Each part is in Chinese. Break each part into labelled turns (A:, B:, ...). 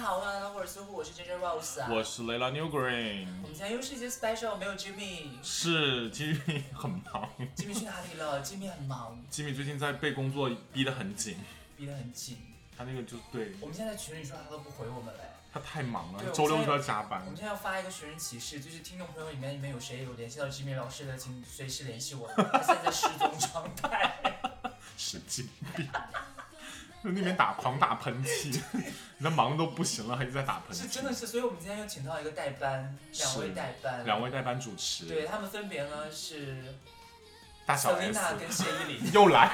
A: 尔苏护，我是 J J Rose 啊。
B: 我是雷拉 New Green，
A: 我们今天又是一节 special，没有 Jimmy。
B: 是吉米很忙，
A: Jimmy 去哪里了？Jimmy 很忙，
B: 吉米最近在被工作逼得很紧，
A: 逼得很紧。
B: 他那个就对
A: 我们现在群里说他都不回我们嘞。
B: 他太忙了
A: 对，
B: 周六就要加
A: 我
B: 班
A: 们。现在要发一个寻人启事，就是听众朋友里面你们有谁有联系到 Jimmy 老师的，请随时联系我 们。他现在失踪状态，
B: 神经病。就那边打狂打喷嚏， 人家忙都不行了，还一直在打喷
A: 是
B: 嚏。
A: 真的是，所以我们今天又请到一个代班，两位
B: 是
A: 代班，
B: 两位代班主持，
A: 对他们分别呢是
B: 大小
A: Selina
B: S
A: 跟谢依霖。
B: 又来，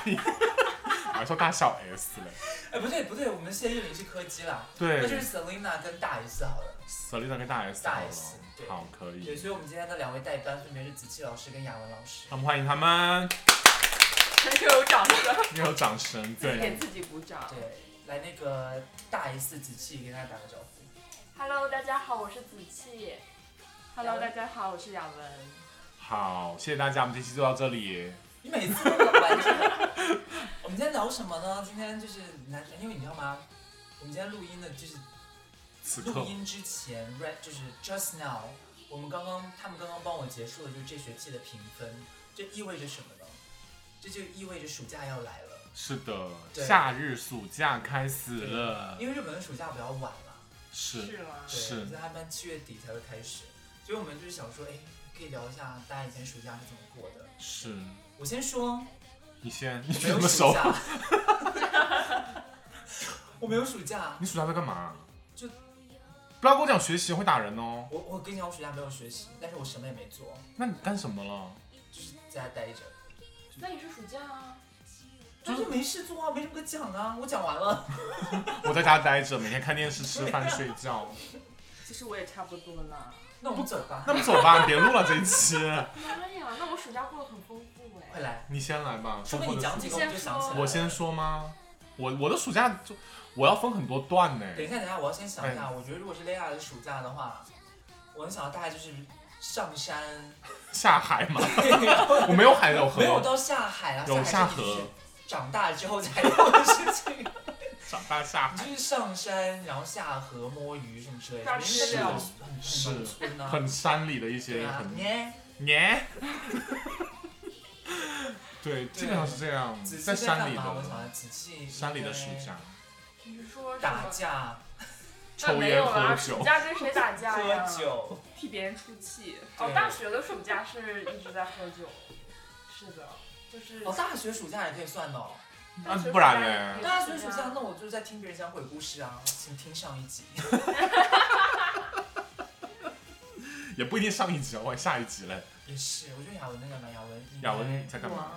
B: 我还说大小 S 嘞。
A: 哎，不对不对，我们谢依霖是柯基啦，那就
B: 对
A: 是 Selina 跟大 S 好了。
B: ，Selina 跟大 S
A: 大
B: 好了
A: S，对
B: 好可
A: 对，
B: 以。
A: 所以我们今天的两位代班分别是子琪老师跟雅文老师。
B: 他们欢迎他们，
C: 又有掌声，
B: 又有掌声。对，
C: 给自己鼓掌。
A: 对，来那个大 S 子琪跟大家打个招呼。
C: Hello，大家好，我是子气。Hello，大家好，我是雅文。
B: 好，谢谢大家，我们这期就到这里。
A: 你每次都完全。我们今天聊什么呢？今天就是男，因为你知道吗？我们今天录音的就是
B: 此刻
A: 录音之前，rap 就是 just now，我们刚刚他们刚刚帮我结束了就是这学期的评分，这意味着什么呢？这就意味着暑假要来了，
B: 是的，
A: 对
B: 夏日暑假开始了，
A: 因为日本的暑假比较晚嘛，
B: 是
C: 吗
A: 对，
B: 是
A: 所以他们七月底才会开始，所以我们就是想说，哎，可以聊一下大家以前暑假是怎么过的。
B: 是。
A: 我先说，
B: 你先，
A: 我
B: 你
A: 没
B: 什
A: 有
B: 么时候
A: 暑？假， 我没有暑假，
B: 你暑假在干嘛？
A: 就
B: 不要跟我讲学习会打人哦。
A: 我我跟你讲，我暑假没有学习，但是我什么也没做，
B: 那你干什么了？
A: 就是在家待着，
C: 那也是暑假啊。
A: 但是没事做啊，没什么可讲啊，我讲完了。
B: 我在家待着，每天看电视、吃饭、睡觉。
C: 其实我也差不多啦。
A: 那我们走吧，
B: 那么走吧，别录了这一期，
C: 妈呀，那我暑假过得很丰富
A: 快
C: 哎。
A: 来，
B: 你先来吧。
A: 说
B: 说
A: 明
B: 我
A: 你
B: 的
A: 讲
B: 暑
A: 几个我就想起来了。
B: 我先说吗？我我的暑假就我要分很多段呢。
A: 等一下，等一下，我要先想一
B: 哎
A: 下。我觉得如果是 Lea 的暑假的话，我能想到大概就是上 山，
B: 下海嘛， 我没有海的，我
A: 没有
B: 河
A: 到下海啊，
B: 有
A: 下
B: 下
A: 海是你
B: 河，
A: 长大之后才做的事情。
B: 长大下
A: 你
B: 海，
A: 就是上山，然后下河摸鱼什么之类的，
C: 大
A: 因为
C: 吃
A: 那种
B: 是
A: 很
B: 是
A: 很农村啊，
B: 很山里的一
A: 对
B: 些
A: 啊
B: 很，
A: 耶
B: 耶。 对，基本上是这样，
A: 子
B: 嗯在
A: 期
B: 山
A: 干
B: 里
A: 嘛？我想
B: 的
A: 要子期
B: 山里的暑假，
C: 你是说
A: 哎打？架、
B: 抽烟
C: 啊
B: 喝酒
D: 暑，假跟谁打架
E: 啊
D: 呀？
A: 喝酒，
C: 替别人出气。
D: 哦
A: 对，
D: 大学的暑假是一直在喝酒。是的，就是
E: 啊
A: 哦，大学暑假也可以算的哦。
D: 大学暑假
B: 啊不然嘞
A: 大学暑假，那我就是在听别人讲鬼故事啊，请听上一集。
B: 也不一定上一集哦，我还下一集嘞。
A: 也是，我觉得雅文那个嘛，雅文应该
B: 雅文在干
A: 啊
B: 嘛？
C: 哇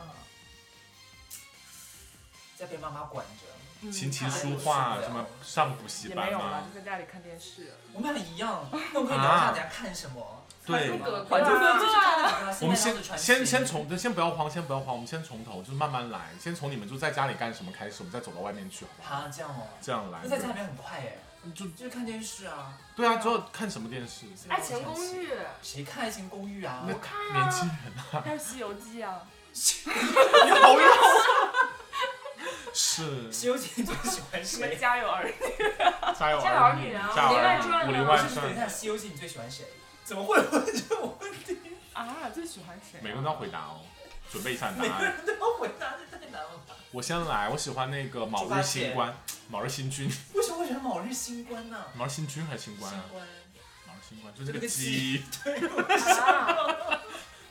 A: 在被妈妈管着。
C: 嗯
B: 琴棋
A: 还
B: 书
A: 有
B: 画
A: 是
B: 什么上补习
C: 也没
B: 班
C: 有
B: 吗
C: 啦，？就在家里看电视。
A: 我们俩一样，那我们可以聊一下
B: 啊
A: 等下看什么？
B: 对
C: 还有，哥
A: 《
C: 哥
A: 还珠格格》就是
C: 啊。
A: 看那个
B: 我们
A: 新白娘子
B: 先
A: 传奇
B: 先先从，先不要慌，先不要慌，我们先从头，就慢慢来，先从你们就在家里干什么开始，我们再走到外面去，好不好？
A: 啊这样哦，
B: 这样来
A: 那，在家里啊面很快哎，
B: 就
A: 就是看电视啊。
B: 对啊，之后看什么电视？
A: 新白
D: 爱
A: 娘子
D: 情
A: 传
D: 公
A: 奇
D: 寓，
A: 谁看《爱情公寓》啊？
B: 那
A: 我
C: 看啊
B: 年轻人 啊，
C: 还有《西游记》啊，
B: 你好 有是
A: 《西游记》最喜欢
C: 什么《
A: 谁？
C: 家有儿女》
B: 家有
D: 家有
B: 儿
D: 儿女啊
B: 家有
D: 武林外
B: 儿
D: 传
B: 女，武林
D: 啊
B: 外
A: 不是，等一
B: 传，
A: 下，《西游记》你最喜欢谁？怎么会有这种问题？
C: 啊，最喜欢谁啊？
B: 每个人都要回答哦，准备一下你
A: 每
B: 答
A: 个
B: 案。
A: 人都要回答，这太难了吧？
B: 我先来，我喜欢那个卯日 星官， 卯日星君，
A: 为什么会选卯日星官呢？
B: 卯日星君还是星
A: 星
B: 官啊？
A: 官，
B: 卯日星官就是
A: 那
B: 那
A: 个
B: 个鸡，
C: 啊，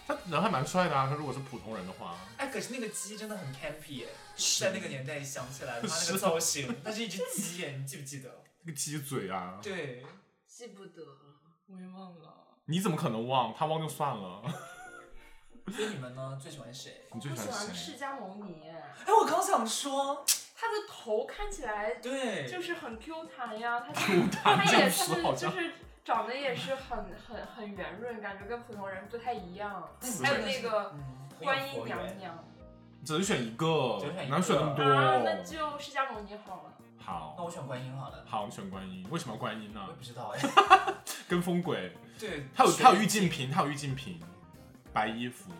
B: 他人还蛮帅的啊，他如果是普通人的话，
A: 哎，可是那个鸡真的很 campy 哎。
B: 是
A: 在那个年代想起来，他那
B: 是
A: 个造型，它是一只鸡耶，你记不记得？
B: 那个鸡嘴啊，
A: 对，
D: 记不得了。
C: 我也忘了。
B: 你怎么可能忘？他忘就算了，
A: 所以你们呢最喜欢谁？
B: 你最
D: 我
B: 喜
D: 喜
B: 欢
D: 欢
B: 谁？
D: 释迦牟尼，
A: 哎，我刚想说，
D: 他的头看起来
A: 对，
D: 就是很 Q 弹呀，他
B: Q 弹
D: 他
B: 这
D: 也
B: 样
D: 是
B: 说好
D: 就
B: 像
D: 是长得也是很很很圆润，感觉跟普通人不太一样。
A: 那你们
D: 还有
A: 真的
D: 那
A: 是
D: 个
A: 嗯很有
D: 观音
A: 佛缘
D: 娘娘
B: 只能选一个
A: 只能选一，个
B: 哪选那么
D: 啊，那
B: 多？
D: 就释迦牟尼好了。
A: 那
B: 好，
A: 我选观音好了。
B: 好，你选观音，为什么要观音
A: 我也
B: 呢？
A: 不知道哎，
B: 跟风鬼，
A: 对，
B: 他有
A: 谁
B: 他有郁静嫔，他有郁静嫔，白衣服，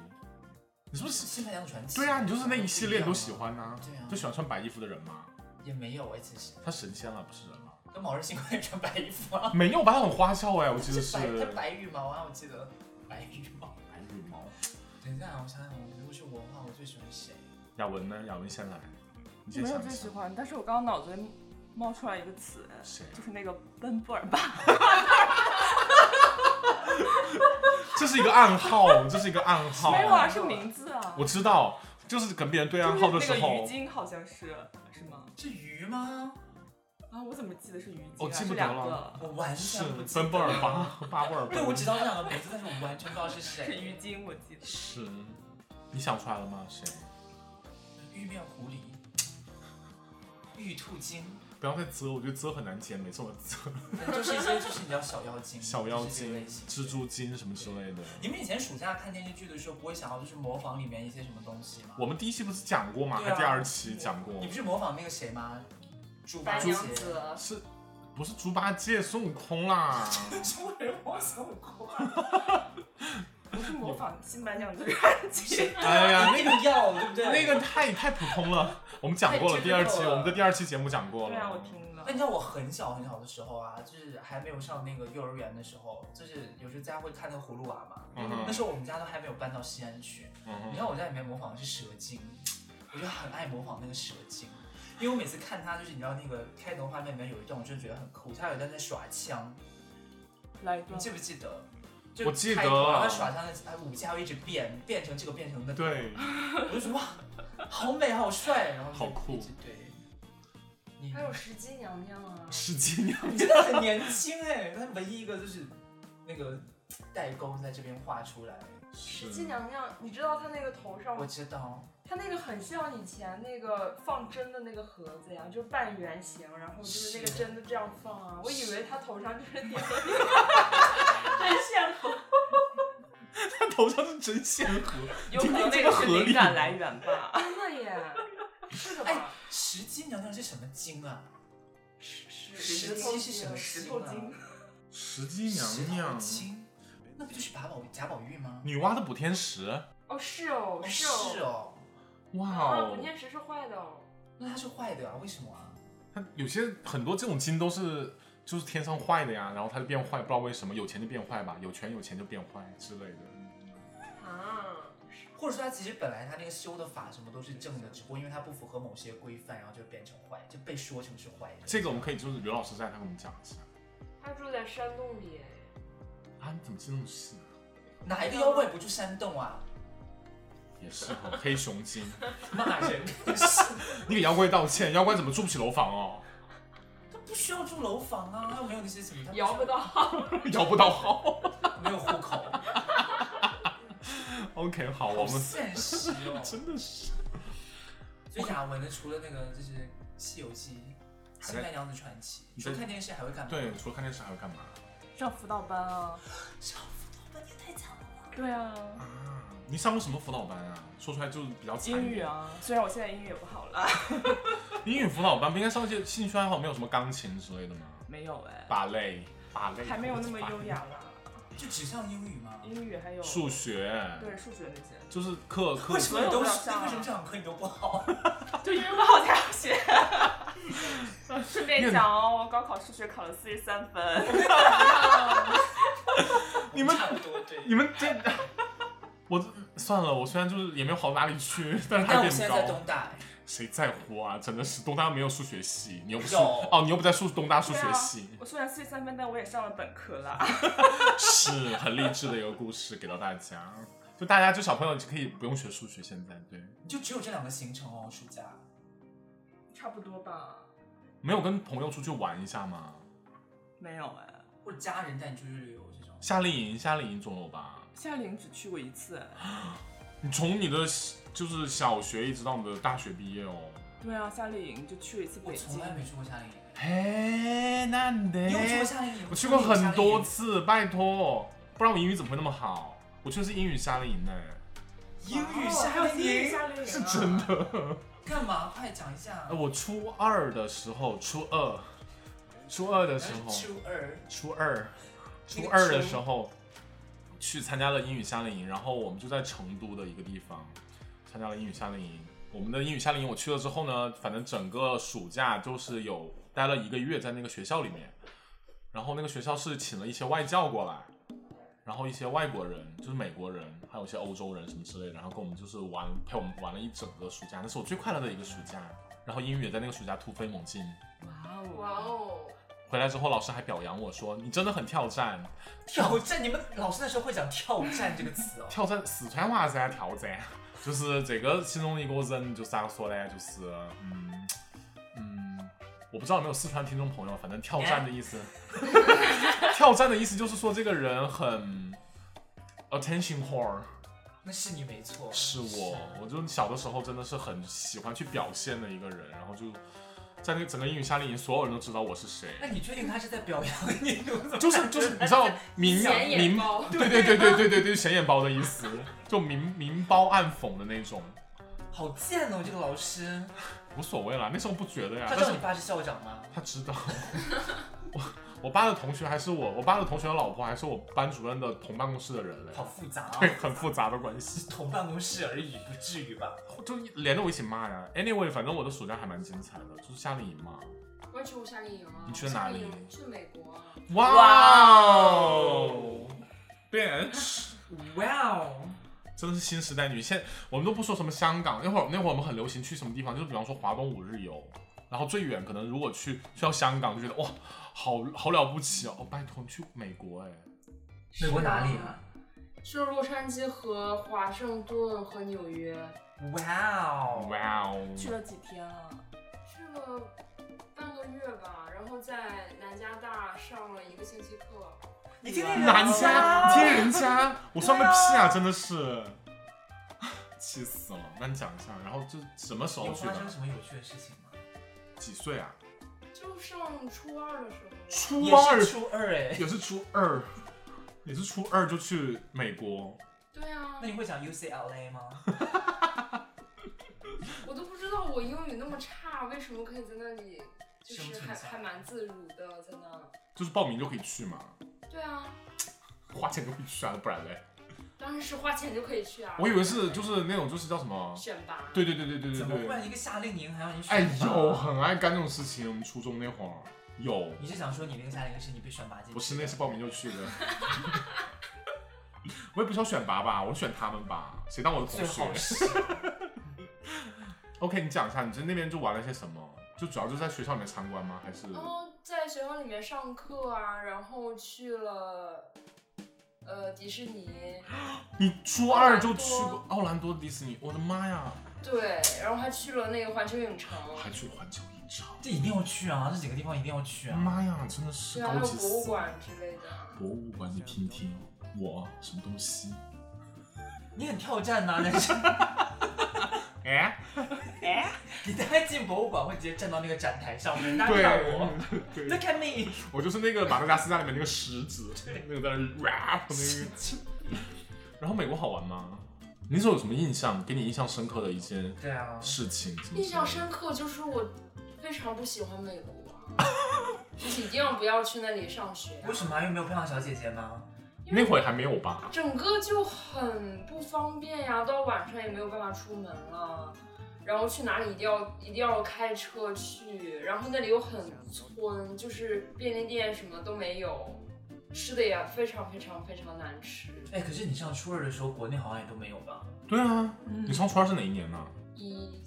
B: 你是不是？
A: 新白娘子传奇。
B: 对啊，你就是那一系列你都喜
A: 不样
B: 欢呐、
A: 啊。对啊，
B: 就喜欢穿白衣服的人嘛。
A: 也没有哎，其实
B: 他神仙了，不是人了。
A: 跟毛人星也穿白衣服啊，
B: 没有吧？它很花哨哎，我记得
A: 白
B: 是
A: 他白羽毛啊，我记得白羽毛。
B: 白羽毛。
A: 等一下啊，我想想，我如果是我的话，我最喜欢谁？
B: 雅文呢？雅文先来，你先
C: 没有
B: 想一
C: 最喜
B: 想。
C: 欢，但是我刚刚脑子里冒出来一个词，
B: 谁啊
C: 就是那个奔波尔吧，
B: 这是一个暗号，这是一个暗
D: 哦
B: 号。
C: 没有啊，是名字啊，
B: 我知道，就是跟别人对暗号的
C: 就
B: 时
C: 是那个鱼
B: 候，
C: 精好像是是吗？
A: 是鱼吗？
C: 啊，我怎么记得是鱼精、啊？
B: 我记不
C: 是
B: 得
C: 两
B: 了
C: 个，
A: 我完
B: 是
A: 全不记得。
B: 奔波尔巴。和巴 波尔巴。
A: 对，我知道这两个名字，但是我完全不知道是 谁。
C: 是鱼精，我记得。
B: 是，你想出来了吗？谁？
A: 玉面狐狸，玉兔精，
B: 不要再啧，我觉得啧很难剪，每次我啧
A: 就是一些就是你知道小妖精、
B: 小妖
A: 就是这个
B: 精
A: 类、型
B: 蜘。蛛精什么之类的。
A: 你们以前暑假看电视剧的时候，不会想要就是模仿里面一些什么东西吗？
B: 我们第一期不是讲过吗？
A: 对
B: 还
A: 啊
B: 第二期讲过
A: 你，不是模仿那个谁吗？猪八
D: 白
A: 戒
D: 娘。 子，
B: 是不是猪八戒、孙悟空啦？
A: 中人模孙悟空啊！
C: 不是模仿新白娘子传 奇，
B: 哎呀，
A: 啊
B: 那
A: 那个药对不对？
B: 那个太太普通了，我们讲过了
A: 太
B: 第二期，
A: 知道了
B: 我们的第二期节目讲过
C: 对
B: 了。
C: 啊，我听了
A: 那。你知道我很小很小的时候啊，就是还没有上那个幼儿园的时候，就是有时候家会看那个葫芦娃嘛。
B: 嗯
A: 那
B: 哼，
A: 时候我们家都还没有搬到西安去，
B: 嗯
A: 你
B: 哼，
A: 看我在里面模仿的是蛇精，我就很爱模仿那个蛇精，因为我每次看他就是你知道那个开头画面里面有一段，我就觉得很酷，他有一段在耍枪，
C: 来一
A: 你
C: 段，
A: 记不记得？就
B: 我记得啊
A: 开头他耍枪的哎武器还会一直变，变成这个变成那个，
B: 对，
A: 我就觉得哇，好美好帅，然后就
B: 好酷
A: 一直对，你
D: 还有石矶娘娘啊，
B: 是金娘。
A: 你真的很年轻哎，他唯一一个就是那个代沟在这边画出来，
D: 石
B: 是
D: 矶娘娘，你知道她那个头上
A: 我知道，
D: 它那个很像以前那个放针的那个盒子呀，就是半圆形，然后就是那个针就这样放啊。我以为它头上就是 点了那个针线盒，
B: 他头上是针线盒，
C: 有可能那个是灵感来源吧。
D: 真的耶，是的吧？
A: 石矶娘娘是什么精啊？
D: 石
A: 石
D: 头
A: 矶是什么
D: 石
A: 精
D: 头
A: 啊
D: 精，
B: 石矶
A: 石
B: 娘
A: 头
B: 娘，
A: 精，那不就是贾宝贾宝玉吗？
B: 女娲的补天石。
D: 哦是哦
A: 哦
D: 是哦，
A: 是哦，
B: 哇
D: 啊
B: 哦
D: 补！天石是坏的哦，
A: 那它是坏的啊？为什么啊？
B: 它有些很多这种金都是就是天上坏的呀，然后它就变坏，不知道为什么，有钱就变坏吧，有权有钱就变坏之类的。
D: 啊，
A: 或者说它其实本来它那个修的法什么都是正的，只不过因为它不符合某些规范，然后就变成坏，就被说成是坏的。
B: 这个我们可以就是刘老师在，他给我们讲一下。
D: 它住在山洞里耶，
B: 啊，你怎么记那么细呢？
A: 哪一个妖怪不住山洞啊？
B: 也是 哈，黑熊精，
A: 骂人 真是，
B: 你给妖怪道歉，妖怪怎么住不起楼房哦？
A: 他不需要住楼房啊，他没有那些什么，他需要
D: 摇不到，
B: 摇不到号。
A: 没有户口，
B: OK，好， 我
A: 好
B: 们
A: 现实哦。
B: 真的是
A: 所以雅文的除了那个就是《西游记》《
B: 还在
A: 新白娘子传奇》，
B: 你
A: 你
B: 在
A: 说看电视还会干嘛？
B: 对，除了看电视还会干嘛
C: 上辅导班啊，
A: 上辅导班也太惨了吧。
C: 对啊，
B: 啊？你上过什么辅导班啊？说出来就是比较惨
C: 英语，啊，虽然我现在英语也不好了，
B: 英语辅导班不应该上一些兴趣爱好，没有什么钢琴之类的吗？
C: 没有哎，
B: 芭蕾，芭蕾
C: 还没有那么优雅啦，
A: 就只上英语吗？
C: 英语还有
B: 数，学，
C: 对数学那些，
B: 就是课课
A: 为什么你都
C: 我也
A: 是
C: 不想上啊
A: 为什么这堂课你都不好？
C: 就英语不好才要学。 顺便讲哦，我高考数学考了四十三 分，
B: 你们
A: 差不多对。
B: 你们这，我算了，我虽然就是也没有好到哪里去， 但
A: 但
B: 是还
A: 我
B: 点
A: 现在在
B: 高
A: 东，大，
B: 谁在乎啊？真的是东大没有数学系，你又不是
A: 有
B: 哦，你又不在数东大数
C: 对
B: 学
C: 啊
B: 系，
C: 我虽然四十三分，但我也上了本科啦。
A: 啊
B: 是很励志的一个故事给到大家。就大家就小朋友就可以不用学数学，现在对，
A: 你就只有这两个行程哦，暑假。
C: 差不多吧，
B: 没有跟朋友出去玩一下吗？
C: 没有哎。
A: 或者家人带你出去旅游这种，
B: 夏令营，夏令营总有吧？
C: 夏令营只去过一次哎，
B: 你从你的就是小学一直到你的大学毕业哦。
C: 对啊，夏令营就去了一次
A: 我
C: 北
A: 从
C: 京，
A: 来没去过夏令营。
B: 嘿，那你
A: 你有去过
B: 得，
A: 夏令营吗？
B: 哎我去过很多
A: 夏令营。
B: 次，拜托，不然我英语怎么会那么好？我去的是英语夏令营呢，
A: 英语
C: 哦还有
A: 夏令
C: 英语
A: 营
C: 夏令营
B: 是
C: 啊
B: 真的。
A: 干嘛？快讲一下。
B: 呃我初二的时候，初二，初二的时候，
A: 初二，
B: 初二，
A: 那
B: 初
A: 个
B: 二的
A: 初
B: 时候去参加了英语夏令营，然后我们就在成都的一个地方参加了英语夏令营。我们的英语夏令营我去了之后呢，反正整个暑假就是有待了一个月在那个学校里面，然后那个学校是请了一些外教过来，然后一些外国人，就是美国人，还有一些欧洲人什么之类的，然后跟我们就是玩，陪我们玩了一整个暑假，那是我最快乐的一个暑假。然后英语也在那个暑假突飞猛进，
C: 哇
E: 哇哦，
B: 回来之后老师还表扬我说你真的很挑战，
A: 挑战，你们老师那时候会讲“挑战”这个词哦。
B: 挑战四川话噻，挑战，就是这个其中一个人就是咋个说呢？就是嗯嗯，我不知道有没有四川听众朋友，反正挑战的意思， 挑战的意思就是说这个人很 attention whore，
A: 那是你没错，
B: 是我，我就小的时候真的是很喜欢去表现的一个人，然后就在那个整个英语夏令营，所有人都知道我是谁。
A: 那你确定他是在表扬你？ 我怎么
B: 就是 就是，你知道明
E: 显眼
B: 明
E: 包，
B: 对对对对对对对，显眼包的意思，就明明褒暗讽的那种，
A: 好贱哦，这个老师。
B: 无所谓啦，那时候不觉得呀。
A: 他
B: 啊但
A: 知道
B: 是
A: 你爸是校长吗？
B: 他知道，我我爸的同学还是我，我爸的同学的老婆还是我班主任的同办公室的人嘞
A: 好，复杂
B: 对，
A: 哦，
B: 很复杂的关系，
A: 是同办公室而已，不至于吧？
B: 就连着我一起骂呀。Anyway，反正我的暑假还蛮精彩的，就是夏令营嘛。
E: 我也去过夏令营啊，
B: 你去哪里
E: 夏令营去美国啊，
B: 哇哦，bitch，
A: 哇哦，
B: 真的是新时代女现，我们都不说什么香港，那会儿那会儿我们很流行去什么地方，就是比方说华东五日游，然后最远可能如果去去到香港就觉得哇，好好了不起哦，哦拜托你去美国哎，
A: 美国哪里啊？
E: 去了洛杉矶和华盛顿和纽约，
A: 哇哦，
B: 哇哦，
C: 去了几天啊？
E: 去了半个月吧，然后在南加大上了一个星期课，
A: 你今天
B: 南家，你听人家，我算个屁啊，真的是， 气死了。那你讲一下，然后就什么时候
A: 有
B: 去
A: 发
B: 的？
A: 生什么有趣的事情吗？
B: 几岁啊？
E: 就上初二的时候，
B: 初
A: 也
B: 二
A: 是初二哎。
B: 也是初二，也是初二就去美国，
E: 对啊
A: 那，你会讲 UCLA 吗？
E: 我都不知道我英语那么差，为什么可以在那里，就
A: 生
E: 是
A: 存
E: 还
A: 下来
E: 还蛮自如的在那，
B: 就是报名就可以去嘛，
E: 对啊，
B: 花钱就可以去啊，不然嘞？
E: 当然是花钱就可以去啊，
B: 我以为是就是那种就是叫什么？
E: 选拔，
B: 对对对对对对
A: 怎么忽
B: 对。
A: 然一个夏令营还让你选
B: 哎
A: 拔
B: 有很爱干这种事情。我们初中那会儿有，
A: 你是想说你那个夏令营是你被选拔进去的？
B: 不是那次报名就去的。 我也不需要选拔吧，我选他们吧，谁当我的同
A: 最
B: 学
A: 好是
B: ？OK，你讲一下，你在那边就玩了些什么？就主要就是在学校里面参观吗？还是
E: 然后在学校里面上课啊，然后去了，呃，迪士尼，
B: 你初二就去过奥兰多迪士尼？我的妈呀，
E: 对，然后还去了那个环球影城，
B: 还去环球影城？
A: 这一定要去啊！这几个地方一定要去啊！
B: 妈呀，真的是
E: 对
B: 高
E: 啊，还有
B: 级
E: 博物
B: 死了！
E: 馆之类的。
B: 博物馆，你听听，哦我什么东西？
A: 你很挑战呐、但是
B: 哎，
A: 你大概进博物馆会直接站到那个展台上面，大家
B: 对
A: 看我，
B: 对，
A: ，Look at me，
B: 我就是那个马达加斯加里面那个食指，那个在那 rap 那个。然后美国好玩吗？你那时候有什么印象？给你印象深刻的一件
A: 对啊，
B: 事情？
E: 印象。深刻就是我非常不喜欢美国 啊，就是一定要不要去那里上学啊、
A: 为什么啊又没有漂亮小姐姐吗？
B: 那会儿还没有吧？
E: 整个就很不方便呀、到晚上也没有办法出门了。然后去哪里一定要一定要开车去，然后那里又很村，就是便利店什么都没有，吃的也非常非常非常难吃。
A: 哎，可是你上初二的时候，国内好像也都没有吧？
B: 对啊，
C: 嗯
B: 你上初二是哪一年呢？
E: 一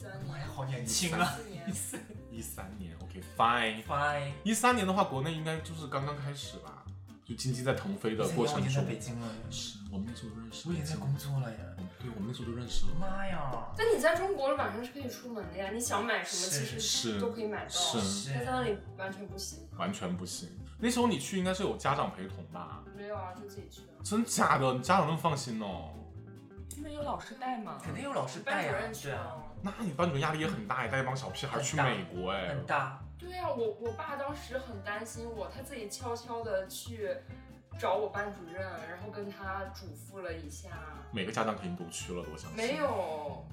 E: 三
B: 嗯
A: 哎
E: 年、
A: 好年轻啊！
E: 四年，
B: 一三年。OK，fine。
A: 拜，
B: 一三年的话，国内应该就是刚刚开始吧，就经济在腾飞的
A: 现在
B: 过
A: 我已
B: 程
A: 经在
B: 中。
A: 北京了，
B: 是我们那时候就认识
A: 我
B: 北
A: 也在
B: 京
A: 工作了耶！
B: 对，我们那时候就认识了。
A: 妈呀！
E: 但你在中国晚上是可以出门的呀，你想买什么
A: 是
B: 是
E: 其实都可以买到，
B: 是
A: 是
E: 但在那里完全不行。
B: 完全不行。那时候你去应该是有家长陪同吧？
E: 没有啊，就自己去啊。
B: 真假的？你家长那么放心哦？
C: 因为有老师带嘛。
A: 肯定有老师
E: 班
A: 带
E: 主
A: 啊
E: 任，去
A: 对啊，
E: 了。
B: 那你班主任压力也很大哎，带一帮小屁孩去
A: 很大
B: 美国哎，
A: 很大，
E: 对呀、我我爸当时很担心我，他自己悄悄的去找我班主任，然后跟他嘱咐了一下。
B: 每个家长肯定都去了的，我相信。
E: 没，有，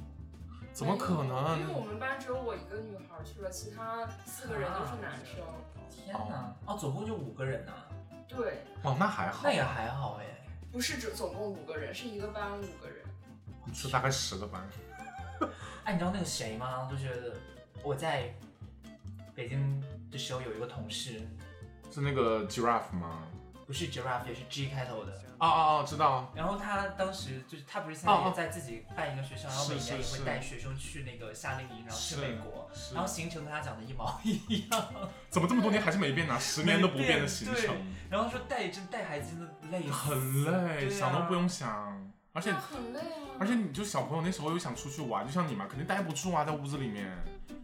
B: 怎么可
E: 没有因为我
B: 能？
E: 们班只有我一个女孩去了，其他四个人都是男生。
B: 啊
A: 天哪！哦，总共就五个人呐、啊
E: 对，
B: 哦，那还好
A: 那，也还好哎。
E: 不是只总共五个人，是一个班五个人。
B: 就大概十个班。
A: 哎，你知道那个谁吗？就是我在北京的时候有一个同事，
B: 是那个 giraffe 吗？
A: 不是 giraffe 也是 G 开头的，
B: 哦哦哦，知道。
A: 然后他当时就是他不是现
B: 哦
A: 在
B: 哦
A: 也在自己办一个学校，然后
B: 是
A: 每年也
B: 是
A: 会
B: 是
A: 带学生去那个夏令营，然后去
B: 是
A: 美国，
B: 是
A: 然后行程跟他讲的一毛 一样。
B: 怎么这么多年还是没变呢、十年都不变的行
A: 没
B: 程，
A: 然后说带真带孩子真的累死，
B: 很累，
A: 对啊
B: 想都不用想。而且
E: 那很累啊。
B: 而且你就小朋友那时候又想出去玩，就像你嘛，肯定待不住啊，在屋子里面。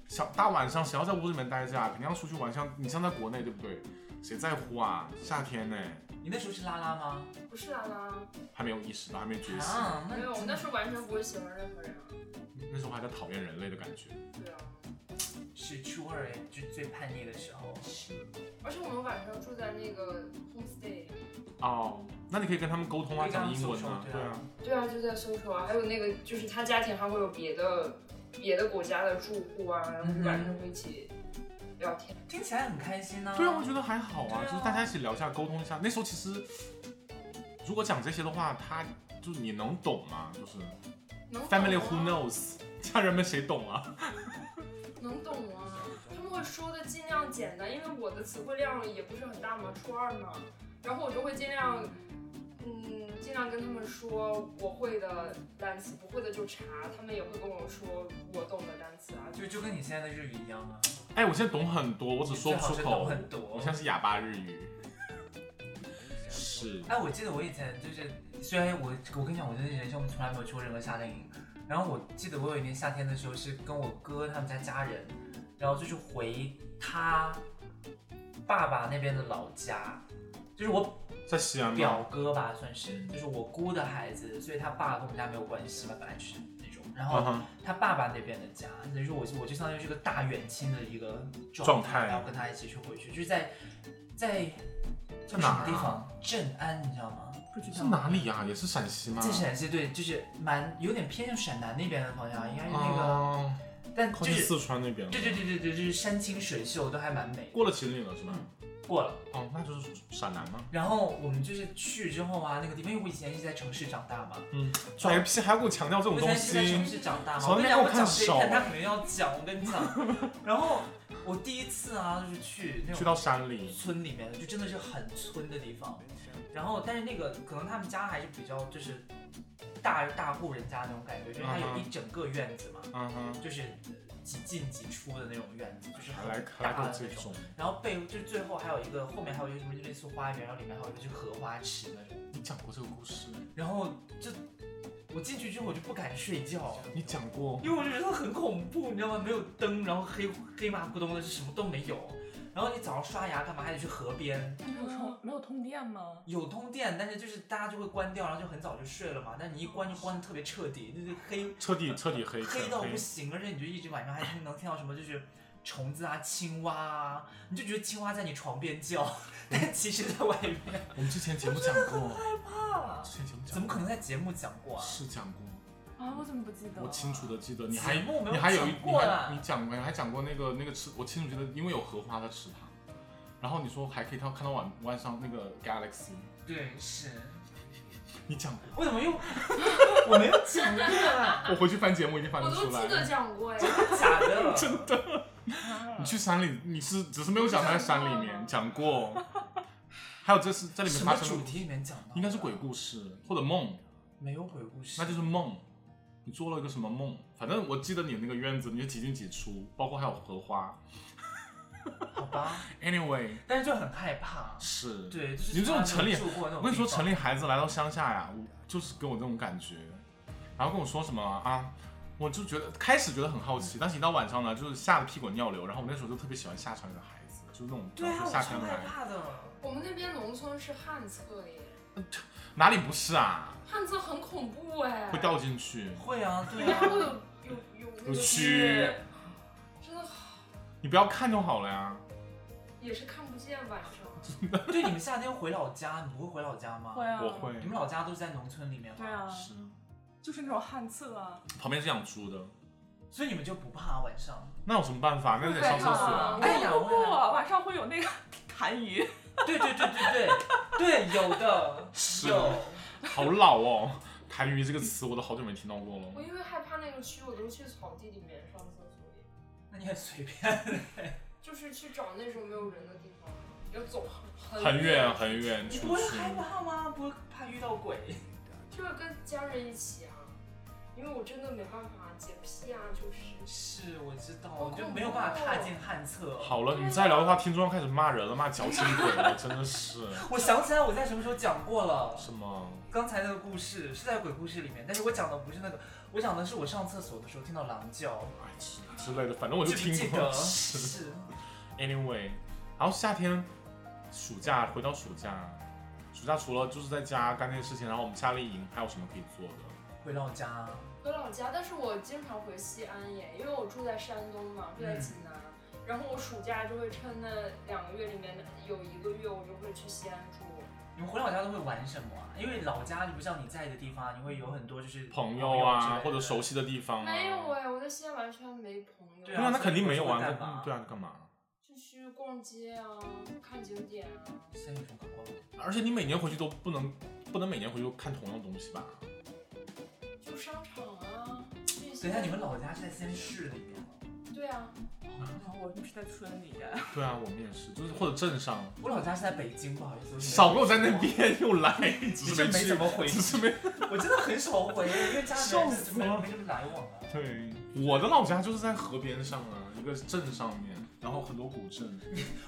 B: 小大晚上谁要在屋子里面待着啊？肯定要出去玩。像你像在国内对不对？谁在乎啊？夏天呢、
A: 你那时候是拉拉吗？
E: 不是啊啦，
B: 还没有意识到，还没觉醒。
A: 啊，
E: 没有，我
A: 真
E: 那
A: 的
E: 时候完全不会喜欢任何人啊。
B: 那时候还在讨厌人类的感觉。
E: 对啊，
A: 是初二就最叛逆的时候。
B: 是。
E: 而且我们晚上住在那个 homestay，
B: 哦，那你可以跟他们沟通啊，
A: 可以跟他
B: 讲
A: 们
B: 英文啊
A: 诉说，
B: 对
A: 对
B: 啊
A: 啊。
E: 对啊，就在 social 啊，还有那个就是他家庭还会有别的别的国家的住户啊，然后
B: 嗯
E: 晚上会一起聊天。
A: 听起来很开心呢、
B: 对啊，我觉得还好啊，
A: 对啊
B: 就是大家一起聊一下，沟通一下。那时候其实，如果讲这些的话，他就是你能懂吗？就是
E: 能懂
B: family
E: 啊
B: who
A: 哦
B: knows，家人们谁懂啊？
E: 能懂啊，他们会说的尽量简单，因为我的词汇量也不是很大嘛，初二嘛，然后我就会尽量，嗯，尽量跟他们说我会的单词，不会的就查，他们也会跟我说我懂的单词啊，
A: 就就跟你现在的日语一样啊，
B: 哎，我现在懂很多，我只
A: 你
B: 说
A: 最
B: 不
A: 好
B: 出
A: 是
B: 口
A: 懂。很多。
B: 我像是哑巴日语。是，
A: 哎，我记得我以前就是，虽然我我跟你讲，我真的人生从来没有去过任何夏令营。然后我记得我有一年夏天的时候是跟我哥他们家家人，然后就是回他爸爸那边的老家，就是我
B: 在西安吗？
A: 表哥吧，算是就是我姑的孩子，所以他爸跟我们家没有关系嘛，本来是那种。然
B: 嗯
A: 后
B: 哼，
A: 他爸爸那边的家，等于说我就我就相当于是个大远亲的一个
B: 状
A: 状
B: 态
A: 然后跟他一起去回去，就是在在
B: 在
A: 在
B: 哪儿啊
A: 地方？镇安，你知道吗？不知
B: 是哪里呀、也是陕西吗？
A: 在陕西，对，就是蛮有点偏向陕南那边的方向，应该是那个，
B: 哦，
A: 但
B: 靠
A: 就
B: 近
A: 是
B: 四川那边了。
A: 对对对对对，就是山清水秀，都还蛮美。
B: 过了秦岭了是吧？
A: 嗯过了，
B: 哦，那就是陕南吗？
A: 然后我们就是去之后啊，那个地方，因为我以前一直在城市长大嘛，
B: 嗯，拽皮还要给我强调这种
A: 我
B: 东
A: 在是在
B: 西
A: 城。市长大嘛，
B: 从
A: 我
B: 来
A: 跟你
B: 没
A: 讲，
B: 有
A: 我
B: 看
A: 讲谁
B: 手啊
A: 看他肯定要讲，我跟你讲。 然后我第一次啊，就是去那
B: 去
A: 种
B: 到山里，
A: 村里面，就真的是很村的地方。然后，但是那个可能他们家还是比较就是大大户人家那种感觉，就是他有一整个院子嘛，
B: 嗯哼。
A: 就是几进几出的那种院子，就是
B: 还
A: 很
B: 来来
A: 大
B: 过
A: 的
B: 这
A: 那种。
B: 种，
A: 然后背就是最后还有一个后面还有一个什么类似花园，然后里面还有一个就是荷花池那种。
B: 你讲过这个故事？
A: 然后就我进去之后我就不敢睡觉。
B: 你讲过？
A: 因为我就觉得它很恐怖，你知道吗？没有灯，然后黑黑麻咕咚的，什么都没有。然后你早上刷牙干嘛还得去河边，
C: 没有
E: 嗯
C: 充没有通电吗？
A: 有通电，但是就是大家就会关掉，然后就很早就睡了嘛。但你一关就关的特别彻底，就是黑
B: 彻底彻底黑，
A: 黑
B: 全
A: 到不行，而且你就一直晚上还听能听到什么就是虫子啊、青蛙啊，你就觉得青蛙在你床边叫， 但其实在外面。
B: 哎我们之前节目讲过，之前节目讲过
A: 怎么可能在节目讲过啊？
B: 是讲过？
C: 啊，我怎么不记得？
B: 我清楚的记得，你还
A: 节目没有
B: 你还有
A: 讲
B: 一你
A: 过
B: 还
A: 啦
B: 你讲过，哎你还讲过那个那个池，我清楚记得，因为有荷花在池塘，然后你说还可以看看到晚晚上那个 galaxy，
A: 对，是
B: 你讲过？
A: 我怎么又 我没有讲过啊？
B: 我回去翻节目一定翻
E: 我
B: 得
E: 都
B: 出
E: 记得
B: 来。
E: 讲过呀。
A: 假 的，
C: 啊嗯
B: 你去山里，你是只是没有讲在山里面讲过，还有这是在里面
A: 什
B: 发
A: 么
B: 生
A: 主
B: 的，
A: 题里面讲到的？
B: 应该是鬼故事或者梦。
A: 没有鬼故事，
B: 那就是梦。你做了一个什么梦？反正我记得你那个院子，你就几进几出，包括还有荷花。
A: 好吧。
B: Anyway，
A: 但是就很害怕，
B: 是，
A: 对，就是
B: 你这种城里
A: 从来没有住过那种地方，
B: 我跟你说，城里孩子来到乡下呀，我就是给我这种感觉，然后跟我说什么啊，我就觉得开始觉得很好奇，
A: 嗯
B: 但是一到晚上呢，就是吓得屁滚尿流。然后我那时候就特别喜欢下山的孩子，就是那种
A: 对啊，我
B: 夏
A: 超
B: 天的
A: 害
B: 孩子，
A: 怕的。
E: 我们那边农村是旱厕耶，
B: 哪里不是啊？
E: 旱厕很恐怖哎，
B: 会掉进去，
A: 会啊，对
E: 然后有
A: 啊，
E: 有有那
B: 有
E: 个
B: 蛆，
E: 真的好
B: 你不要看就好了呀。
E: 也是看不见晚上。
A: 对，你们夏天回老家，你不会回老家吗？
C: 会。啊，
B: 我会
A: 你，们老家都是在农村里面
C: 对
A: 吗？
C: 啊，
B: 是，
C: 就是那种旱厕啊，
B: 旁边是养猪的，
A: 所以你们就不怕晚上？
B: 那有什么办法？那就得上厕所啊。
A: 哎呀，
C: 不不，
A: 我呀
C: 晚上会有那个痰盂，
A: 对对对对对对，有的
B: 是
A: 有。
B: 好老哦，痰盂这个词我都好久没听到过了。
E: 我因为害怕那个蛆，我都去草地里面上厕所。
A: 那你很随便，
E: 就是去找那种没有人的地方，要走很
B: 很远很远
C: 你
B: 出
C: 不会
B: 去，
C: 害怕吗？不会怕遇到鬼？
E: 就是跟家人一起啊，因为我真的没办法洁癖啊，就是
A: 嗯是，我知道，
E: 好
A: 我就
E: 恐
A: 没有办法
E: 怖
A: 踏
E: 哦
A: 进旱厕。
B: 好了，你再聊的话，听众要开始骂人了，骂矫情鬼了，真的是
A: 我想起来我在什么时候讲过了，
B: 什么？
A: 刚才那个故事是在鬼故事里面，但是我讲的不是那个，我讲的是我上厕所的时候听到狼叫，
B: 哎之之类的，反正我就
A: 记不
B: 听
A: 记
B: 过
A: 得？。是，
B: Anyway，然后夏天、暑假回到暑假，暑假除了就是在家干那些事情，然后我们夏令营还有什么可以做的？
A: 回老家
E: 回老家，但是我经常回西安耶，因为我住在山东嘛，住在济南。然后我暑假就会趁那两个月里面的有一个月，我就会去西安住。
B: 哦
A: 你们回老家都会玩什么啊？因为老家你不像你在的地方，你会有很多就是
B: 朋友啊，
A: 之类的
B: 或者熟。悉的地方啊？
E: 没有哎，我在西安完全没朋友。
A: 对
B: 对啊，那
A: 所以
B: 肯定没有啊。
A: 你会
B: 那
A: 干嘛
B: 嗯对啊，你干嘛？
E: 就去逛街啊，看景点啊。
A: 现在有什么可逛的？
B: 而且你每年回去都不能不能每年回去都看同样东西吧？
E: 就商场啊，这些。
A: 等一下，你们老家是在西安市里面吗？
E: 对啊，
C: 哦我是在村里，
B: 对啊，我们也是，就是或者镇上，
A: 我老家是在北京，不好意思，我
B: 少给我在那。边又来，只是
A: 你就没
B: 去
A: 怎么回
B: 只是没
A: 我真的很少回，因为家里
B: 笑
A: 人
B: 死
A: 没
B: 了
A: 没什么来往啊。
B: 对。我的老家就是在河边上啊，一个镇上面，然后很多古镇。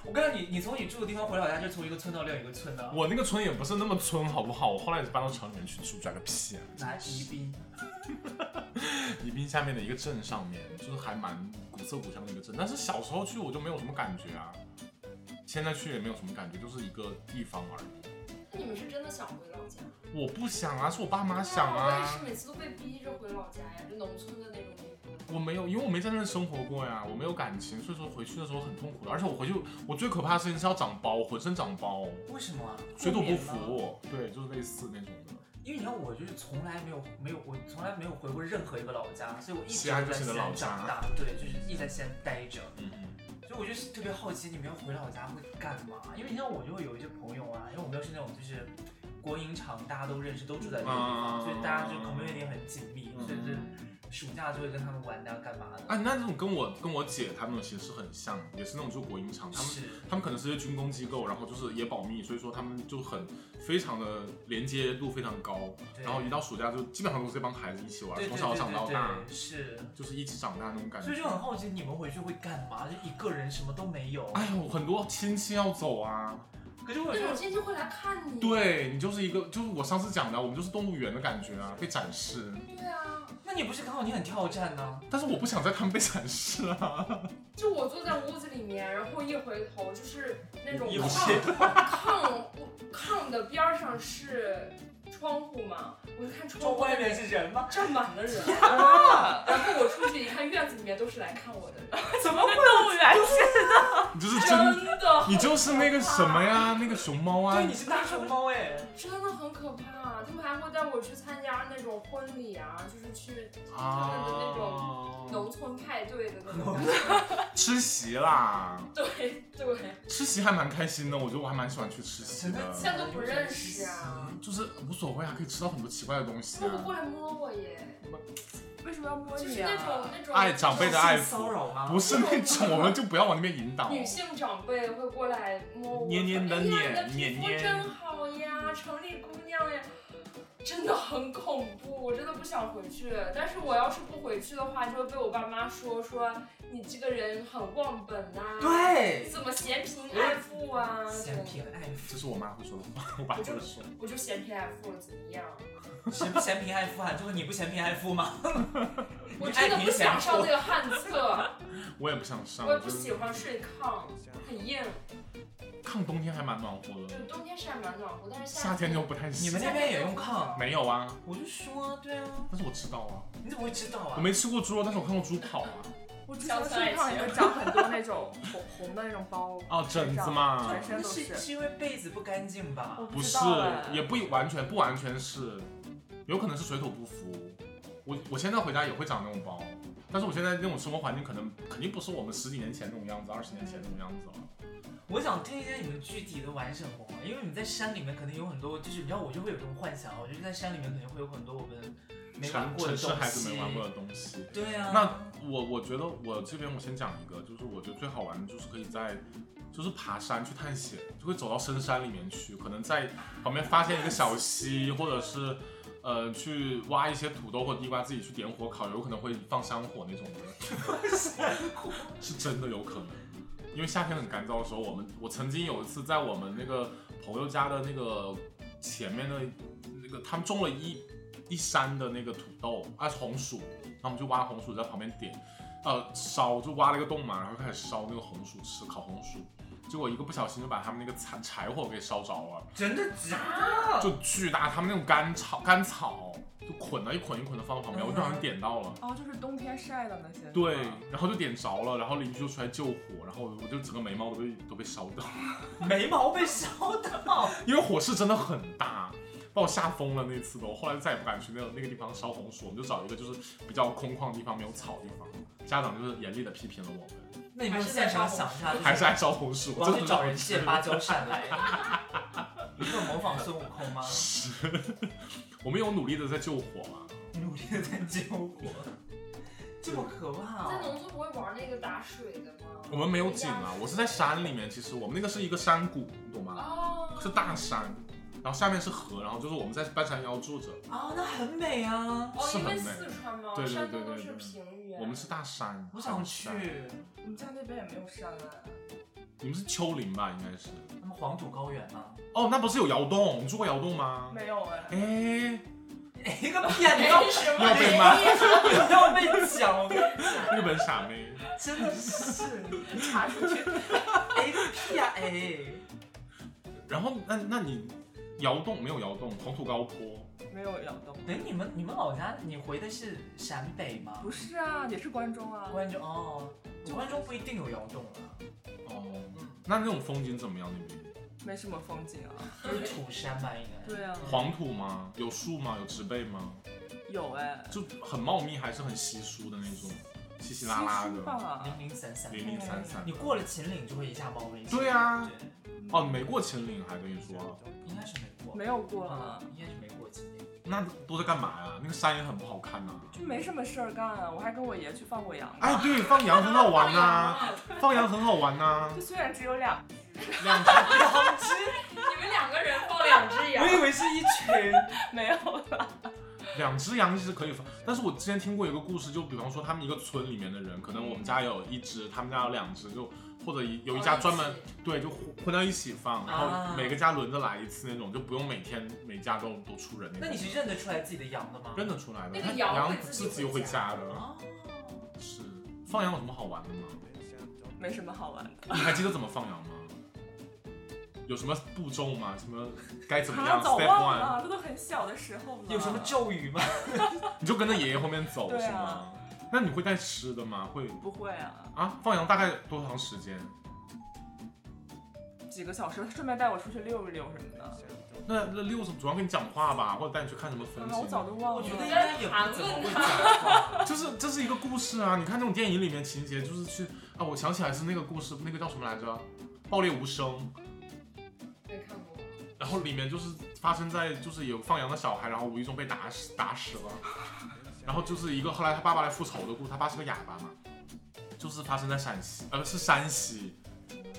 A: 我告诉你，你从你住的地方回老家，就是从一个村到另一个村的。
B: 我那个村也不是那么村，好不好？我后来也是搬到城里面去住，拽个屁啊！
A: 拿宜宾，
B: 宜宾下面的一个镇上面，就是还蛮古色古香的一个镇。但是小时候去我就没有什么感觉啊，现在去也没有什么感觉，就是一个地方而已。
E: 那你们是真的想回老家？
B: 我不想啊，是我爸妈想
E: 我也
B: 啊
E: 是。每次都被逼着回老家呀，就农村的那种地方。
B: 我没有，因为我没在那儿生活过呀，我没有感情，所以说回去的时候很痛苦的。而且我回去，我最可怕的事情是要长包，浑身长包，
A: 为什么啊？
B: 水土不
A: 过敏吗。
B: 服。对，就是类似那种的。
A: 因为你看，我就是从来没有没有，我从来没有回过任何一个老家，所以我一直
B: 西
A: 都
B: 安
A: 在
B: 就是
A: 西
B: 你的老
A: 安
B: 家
A: 长大，对，就是一直在西安待着。
B: 嗯
A: 所以我就是特别好奇，你们要回老家会干嘛？因为你像我就会有一些朋友啊，因为我们又是那种就是国营厂，大家都认识，都住在这个地方，
B: 嗯
A: 所以大家就 community 很紧密，所以就
B: 嗯。
A: 暑假就会跟他们玩啊，干嘛的。
B: 啊，那这种跟我跟我姐她们其实很像，也是那种做国营厂，他们
A: 是，
B: 他们可能是一些军工机构，然后就是也保密，所以说他们就很非常的连接度非常高，
A: 对
B: 然后一到暑假就基本上都是这帮孩子一起玩，
A: 对
B: 从小长到大，
A: 对对对对是。
B: 就是一起长大那种感
A: 所以就
B: 觉。
A: 很好奇你们回去会干嘛？就一个人什么都没有。
B: 哎呦，很多亲戚要走啊，
A: 可是我
E: 那
A: 就
E: 种亲戚会来看你。。
B: 对你就是一个，就是我上次讲的，啊我们就是动物园的感觉啊，被展示。
E: 对啊，
A: 那你不是刚好你很挑战呢、
B: 但是我不想在他们被展示 啊，
E: 就我坐在屋子里面，然后一回头就是那种
A: 有
E: 炕
A: 些
E: 炕炕的边儿上是窗户嘛，我就看窗
A: 窗
E: 户
A: 外面是人吗？
E: 站满了人，
C: 啊，
E: 然后我出去一看，院子里面都是来看我的人，
C: 怎么会动物园？
B: 你就是真，
E: 真的，
B: 你就是那个什 么呀，那个熊猫啊
A: 对，，你是大熊猫哎、
E: 真的很可怕。他们还会带我去参加那种婚礼啊，就是去他们的那种
B: 啊，
E: 农村派对的那种感觉。
B: 吃席啦。
E: 对对，
B: 吃席还蛮开心的，我觉得我还蛮喜欢去吃席的，
E: 现在都不认识啊，
B: 就是无所谓啊，可以吃到很多奇怪的东西
E: 他们
B: 啊
E: 过。来摸我耶，
C: 为什么要摸
E: 就是
C: 你
E: 那
C: 啊
E: 种？那种
B: 爱长辈的爱
A: 性骚
B: 抚，
A: 扰吗？
B: 不是那种，我们就不要往那边引导。
E: 女性长辈会过来摸我，
B: 黏黏的
E: 哎呀，你的
B: 黏
E: 皮肤
B: 黏
E: 真好呀，城里姑娘呀，真的很恐怖，我真的不想回去。但是我要是不回去的话，就会被我爸妈说说你这个人很忘本呐、，你
A: 对，
E: 怎么嫌贫爱富啊？
A: 嫌贫爱
B: 这
A: 富，
B: 是我妈会说的话，我爸不会说。
E: 我就嫌贫爱富了，怎么样？
A: 谁不嫌贫爱富啊？就是你不嫌贫爱富吗？
E: 我真的不想上那个旱厕，
B: 我也不想上，
E: 我也
B: 我
E: 不
B: 觉
E: 喜
B: 得
E: 欢睡炕，很硬。
B: 看冬天还蛮暖和
E: 就
B: 的，
E: 冬天是还蛮暖和，但是
B: 夏天就不太
A: 你
B: 行。
A: 们那边也用炕？
B: 没有啊？
A: 我就说，对啊，
B: 但是我知道啊，
A: 你怎么会知道啊？
B: 我没吃过猪肉，但是我看过猪跑啊。
C: 我之前去炕也会长很多那种红红的那种包，
B: 哦，疹子嘛
C: 全，身
A: 那
C: 都
A: 是
C: 是。
A: 是因为被子不干净吧？
C: 我
B: 不
C: 知
B: 是
C: 道哎，
B: 也不完全不完全是，有可能是水土不服。我我现在回家也会长那种包，但是我现在那种生活环境可能肯定不是我们十几年前那种样子，二十年前那种样子了。
A: 我想听一下你们具体的玩什么，啊因为你在山里面肯定有很多，就是你知道，我就会有这种幻想，啊我觉得在山里面肯定会有很多我们没玩
B: 城
A: 过的
B: 城
A: 东西。
B: 市孩子没玩过的东西。
A: 对啊，
B: 那我我觉得我这边我先讲一个，就是我觉得最好玩的就是可以在，就是爬山去探险，就会走到深山里面去，可能在旁边发现一个小溪，或者是呃去挖一些土豆或地瓜自己去点火烤，有可能会放山火那种的，是真的有可能。因为夏天很干燥的时候，我们我曾经有一次在我们那个朋友家的那个前面的那个，他们种了一一山的那个土豆啊红薯，然后我们就挖红薯在旁边点，呃烧就挖了一个洞嘛，然后开始烧那个红薯吃，烤红薯。结果一个不小心就把他们那个柴柴火给烧着了，
A: 真的假的？
B: 就巨大，他们那种干草干草就捆了一捆一捆的放到旁边，我就好像点到了。
C: 哦，就是冬天晒的那些。
B: 对，然后就点着了，然后邻居就出来救火，然后我就整个眉毛都被都被烧到，
A: 眉毛被烧到，
B: 因为火势真的很大，把我吓疯了那次都，后来再也不敢去那个那个地方烧红薯，我们就找一个就是比较空旷的地方，没有草的地方。家长就是严厉的批评了我们，
A: 那你们现场想一下，
B: 还是爱烧红薯，
A: 我要
B: 真
A: 去
B: 的
A: 找人借芭蕉扇来。 你有模仿孙悟空 吗？
B: 我们有努力的在救火嘛，
A: 努力的在救火，这么可怕、
E: 在
A: 哦？
E: 农村不会玩那个打水的吗？
B: 我们没有井啊，我是在山里面，其实我们那个是一个山谷，你懂吗？
E: 哦，
B: 是大山，然后下面是河，然后就是我们在半山腰住着，
A: 啊，那很美啊，
E: 哦，
B: 是
E: 因
B: 很美
E: 为四川嘛，
B: 对对
E: 山东
B: 对
E: 都
B: 对
E: 是
B: 对
E: 平原。
B: 我们是大山，
A: 我想去
B: 大山。。
C: 我们家那边也没有山啊。
B: 你们是丘陵吧？应该是。
A: 他们黄土高原啊吗？
B: 哦，那不是有窑洞？你住过窑洞吗？
C: 没有哎。
B: 哎，
A: 一个啊骗子，
E: 哎什么
B: 要被骂
E: 意思？
A: 要被讲，
B: 日本傻妹。
A: 真的是
C: 查出去。
A: 哎个屁呀哎！
B: 然后那那你窑洞没有窑洞，黄土高坡。
C: 没有窑洞。
A: 等你们你们老家，你回的是陕北吗
C: 不？是啊，也是关中啊。
A: 关中哦，就关中不一定有窑洞啊，
B: 哦，那那种风景怎么样？那边
C: 没什么风景啊。
A: 就是土山吧应该。
C: 对啊
B: 黄土吗？有树吗？有植被吗？
C: 有哎。
B: 就很茂密，还是很稀疏的那种，稀稀拉拉
C: 稀疏
B: 的，
C: 吧。
A: 零零散散。
B: 零零散散
A: 你。过了秦岭就会一下冒危险。
B: 对啊
A: 对，
B: 哦，你没过秦岭还跟你说，
A: 应该是没过。
C: 没有过啊
A: 嗯，，应该是没过秦 岭。
B: 那都在干嘛呀？那个山也很不好看呐、
C: 就没什么事儿干啊。我还跟我爷去放过羊呢。
B: 哎，对，放羊很好玩呐、啊放羊很好玩呐、
C: 就虽然只有两，
B: 两只
A: 两只，
E: 你们两个人放
B: 啊
E: 两只羊
A: 我，以为是一 群。
C: 没有了。
B: 两只羊其实可以放，但是我之前听过一个故事，就比方说他们一个村里面的人，可能我们家有一只，他们家有两只，就或者有一家专门对就混混到一起放，然
A: 啊
B: 后每个家轮着来一次那种，就不用每天每家都都出人
A: 那
B: 那
A: 你
B: 种，
A: 是认得出来自己的羊的吗？
B: 认得出来的，
E: 那个羊
B: 羊
E: 会
B: 自
E: 自己
B: 己
E: 回
B: 回
E: 家
B: 家的，
A: 哦，
B: 是放羊有什么好玩的吗？
C: 没什么好玩的。
B: 你还记得怎么放羊吗？有什么步骤吗？什么该怎么
C: 啊，
B: 样
C: 早
B: ？Step
C: 忘
B: one，
C: 了，这都很小的时候了。
A: 有什么咒语吗？
B: 你就跟着爷爷后面走
C: 对啊
B: 是吗？那你会带吃的吗？会
C: 不会啊。
B: 啊？放羊大概多长时间？
C: 几个小时，顺便带我出去溜一溜什么的。
B: 那那六什么主要跟你讲话吧，或者带你去看什么风
C: 妈妈，啊我早
B: 景，
C: 都忘了。
A: 我觉得应该也不怎么会讲话。
B: 就是这是一个故事啊。你看那种电影里面情节，就是去啊，我想起来是那个故事，那个叫什么来着？爆裂无声。
E: 没看过。
B: 然后里面就是发生在就是有放羊的小孩，然后无意中被打死打死了，然后就是一个后来他爸爸来复仇的故事。他爸是个哑巴嘛，就是发生在陕西，呃，是山西，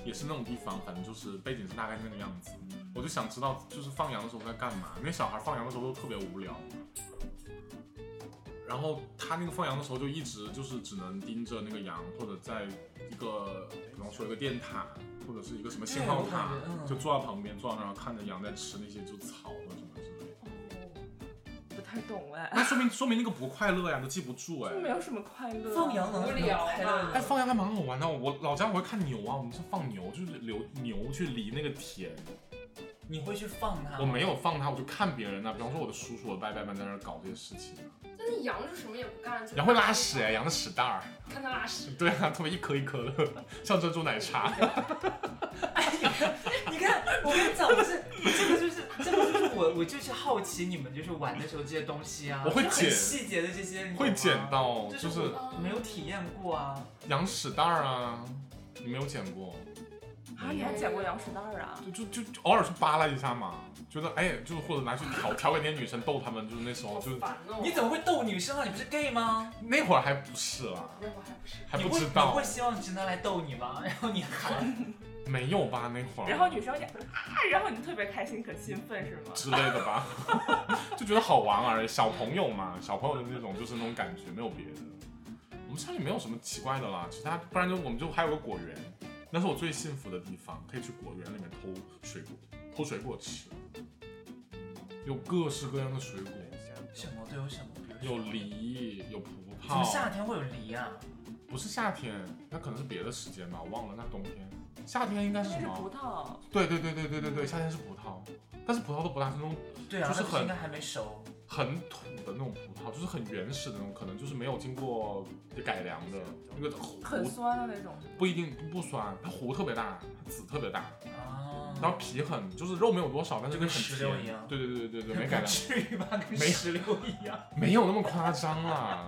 B: 也是那种地方，反正就是背景是大概是那个样子。我就想知道，就是放羊的时候在干嘛？因为小孩放羊的时候都特别无聊。然后他那个放羊的时候就一直就是只能盯着那个羊，或者在一个比方说一个电塔或者是一个什么信号塔
A: 对我感觉，嗯
B: 就坐在旁边坐在那儿看着羊在吃那些就草或者什么之类的。
C: 不太懂哎，
B: 那说明说明那个不快乐呀，都记不住
C: 就没
B: 哎。
C: 有什么快乐。啊
A: 放羊能
E: 无聊
A: 拍到
E: 嘛
B: 哎，放羊还蛮好玩的。我老家我会看牛啊，我们是放牛，就是留牛去犁那个田。
A: 你会去放
C: 啊
A: 它？
B: 我没。有放它，我就看别人啊，比方说我的叔叔、我的伯伯们在那儿搞这些事情啊。
E: 但是羊就什么也不干，就
B: 羊会拉屎哎，，羊的屎蛋儿。
E: 看它拉屎。
B: 对啊，他们一颗一颗的，像珍珠奶茶。
A: 你看，我跟你讲，不是 这个就是这个就是我我就是好奇你们就是玩的时候这些东西啊，
B: 我会
A: 就是很
B: 捡
A: 细节的这些，你懂吗
B: 会捡到，
A: 这
B: 就是是
E: 哦
A: 我没有体验过啊。
B: 羊屎蛋儿啊，你没有捡过？
C: 啊，你还剪过羊屎蛋儿啊？
B: 就就就就偶尔去扒拉一下嘛，觉得哎，就是或者拿去调调给那些女生逗她们，就是那时候就
E: 烦哦。
A: 你怎么会逗女生啊？你不是 gay 吗？
B: 那会儿还不是啦，
E: 那会儿还不是
B: 还
A: 你
B: 不知
A: 你
B: 道
A: 会，希望直男来逗你吗？ 然后你 喊，
B: 没有吧那会儿，
C: 然后女生也啊，然后你特别开心，很兴奋是吗？
B: 之类的吧， 就觉得好玩而已。小朋友嘛，小朋友的那种就是那种感觉，没有别的。我们家里没有什么奇怪的啦，其他不然就我们就还有个果园，那是我最幸福的地方，可以去果园里面偷水果，偷水果吃，有各式各样的水果，
A: 什么都有什么，比如
B: 有
A: 说，
B: 梨，有葡
A: 怎么
B: 萄。
A: 夏天会有梨啊？
B: 不是夏天，那可能是别的时间吧，我忘了。那冬天，夏天应该是
C: 那
B: 什
C: 是葡
B: 么？
C: 萄，
B: 对对对对对对对，夏天是葡萄，但是葡萄都不大，是那种
A: 对啊，
B: 就是
A: 那不
B: 很
A: 应该还没熟。
B: 很土的那种葡萄，就是很原始的那种，可能就是没有经过改良的那个核
C: 很酸啊的那种。
B: 不一定不不酸，它核特别大，它籽特别大，
A: 啊，
B: 然后皮很就是肉没有多少，但是
A: 就跟
B: 很
A: 石榴
B: 甜
A: 一样
B: 对对 对对对，没
A: 不
B: 改良，
A: 至于吧？跟
B: 没
A: 石榴一样。
B: 没有那么夸张啦。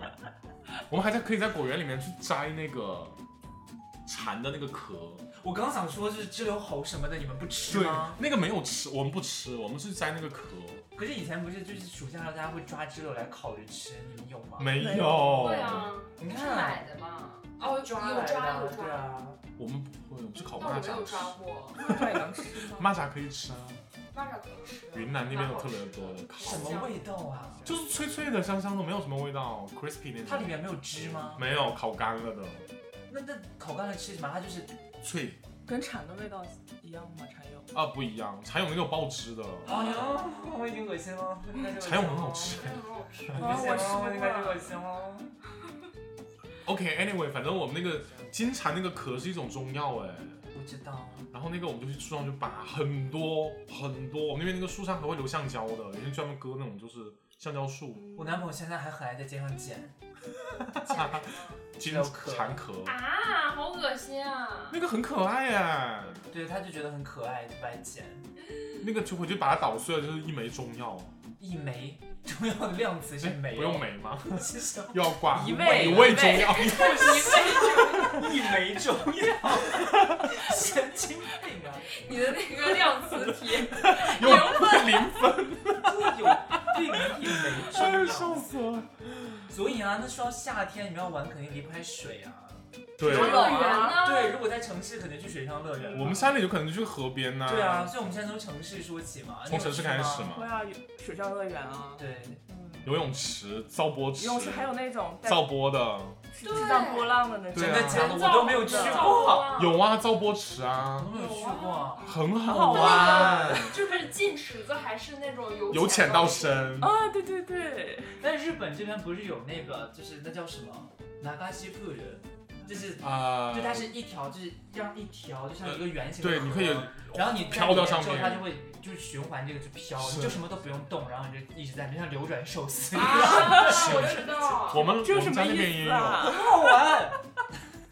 B: 我们还在可以在果园里面去摘那个蝉的那个壳，
A: 我刚想说就是知留猴什么的，你们不吃
B: 对
A: 吗？，
B: 那个没有吃，我们不吃，我们是摘那个壳，
A: 可是以前不是就是暑假的时候大家会抓知留来烤着吃，你们有吗？
B: 没
C: 没
B: 有
E: 对，啊，
A: 你
E: 是
A: 看，
E: 买的吧？
A: 哦
E: 哦，
A: 抓
E: 有
A: 来的
E: 抓
A: 啊
E: 有
A: 对
E: 抓，
A: 啊。
B: 我们不会，我们是烤
E: 但我
B: 蚂
E: 没有
B: 蚱，
E: 抓过，
C: 这也能吃吗？
B: 蚂蚱可以吃啊。
E: 蚂蚱可以吃。
B: 云南那边有特别多的烤，
A: 什么味道啊？
B: 就是脆脆的、香香的，没有什么味道，crispy 那种。
A: 它里面没有汁吗？
B: 没有烤干了的，
A: 那那口干了吃什么？它就是
B: 脆
C: 跟蝉的味道一样吗？蝉油？
B: 啊不一样。蚕蛹那个有爆汁的，
E: 哦
A: 哎呀，我已经恶心了，
B: 蚕蛹很好吃。
E: 真的很好吃。
A: 我
C: 啊我吃过
A: 开始恶心哦了。
B: OK，anyway，、反正我们那个金蝉那个壳是一种中药哎，
A: 不知道，
B: 然后那个我们就去树上去拔，很多很多，我们那边那个树上还会留橡胶的，有些专门割那种就是橡胶树
A: 我男朋友现在还很爱在街上捡，
B: 金
A: 有壳
B: 蝉壳，
E: 啊，好恶心啊！
B: 那个很可爱哎，
A: 对，他就觉得很可爱，就爱捡
B: 那个就回去把它捣碎了，就是一枚中药。
A: 一枚，重要的量词是
B: 哎
A: 枚，
B: 不用，枚吗？
A: 是什么？
B: 又要挂
C: 一味
B: 一味
C: 一味
B: 中 药。
A: 一枚重要，神经病啊！
E: 你的那个量词题，
B: 又零分，
A: 有病，一枚
C: 哎
A: 重要。
B: 死了。
A: 所以啊，那说到夏天，你们要玩肯定离不开水啊。
B: 对，
E: 游乐园 呢？
A: 对，如果在城市，可能去水上乐园了。
B: 我们山里有可能就去河边呐、
A: 对啊，，所以我们现在从城市说起嘛，
B: 从城市开始
A: 你有去吗。
C: 会
B: 嘛，
C: 啊，水上乐园啊，
A: 对，
C: 嗯，
B: 游泳池、造波
C: 游
B: 池、
C: 泳池还有啊那种在
B: 造波的，
C: 实际上波浪的那种，
B: 对
A: 真
B: 啊
A: 的假的？我都没有去过，
E: 过
B: 有啊，造波池
A: 我
B: 啊
A: 都，没有去过。
B: 很
C: 好
B: 好啊
C: 玩
A: 啊
B: 玩，
E: 就是进池子还是那种有
B: 由浅到。深。
C: 啊，对对对，
A: 但日本这边不是有那个，就是那叫什么哪嘎西铺人，就是
B: 啊、
A: 就它是一条，就是让一条就像一个圆形的
B: 对，
A: 河
B: 你可以
A: 然后你
B: 飘到上
A: 站里面之后它就
B: 面，
A: 会就是循环这个去飘，
B: 是
A: 你就什么都不用动，然后你就一直在那边像流转寿司一 样，
E: 啊，我知道。
B: 我 们
C: 这
B: 我
C: 什
B: 们
C: 么
B: 家那边也
C: 意思
B: 有，
C: 啊？
A: 好玩。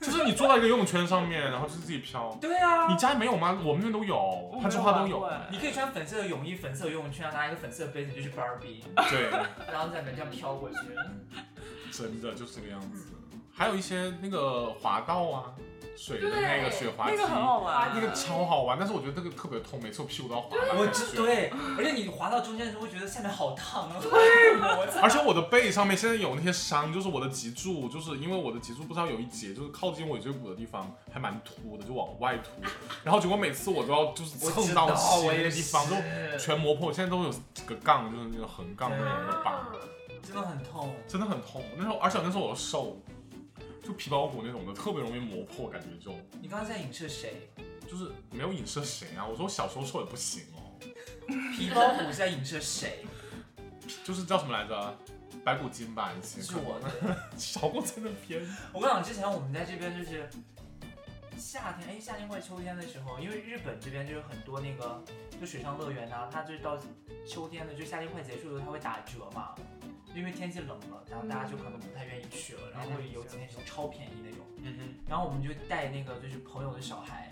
B: 就是你坐到一个游泳圈上面，然后就是自己飘。
A: 对啊
B: 你，家里没有吗？我们那边都有，他说他都有。
A: 你可以穿粉色的泳衣、粉色的游泳圈，然后拿一个粉色的杯子，就是 Barbie，
B: 对，
A: 然后在那边这样飘过去。
B: 真的就是这个样子。还有一些那个滑道啊，水的
E: 对
B: 那个水滑
C: 那
B: 梯，
C: 个很好玩，
E: 那
B: 那个超好玩，但是我觉得那个特别痛，每次我屁股都要滑。
A: 我知，对，而且你滑到中间的时候会觉得下面好烫啊。
B: 而且我的背上面现在有那些伤，就是我的脊柱，就是因为我的脊柱不知道有一节就是靠近尾椎骨的地方还蛮凸的，就往外凸。然后结果每次我都要就是
A: 我
B: 蹭
A: 知
B: 到
A: 道
B: 漆
A: 我
B: 那
A: 也
B: 个
A: 是
B: 地方，就全磨破。我现在都有几个杠，就是那种横杠那种的疤，
A: 啊真的很痛。
B: 真的很痛。那时候，而且那时候我又瘦，就皮包骨那种的，特别容易磨破，感觉就。
A: 你刚刚在影射谁？
B: 就是没有影射谁啊？我说我小时候瘦也不行哦，
A: 皮包骨是在影射谁？
B: 就是叫什么来着？白骨精吧，以前
A: 是我的。
B: 少过在那边。
A: 我跟你讲，之前我们在这边就是夏天，哎，夏天快秋天的时候，因为日本这边就是很多那个就水上乐园呐、它就是到秋天的，就夏天快结束的时候，它会打折嘛，因为天气冷了，然后大家就可能不太愿意去了，然后会有几天是超便宜那种。
B: 嗯
A: 然后我们就带那个就是朋友的小孩，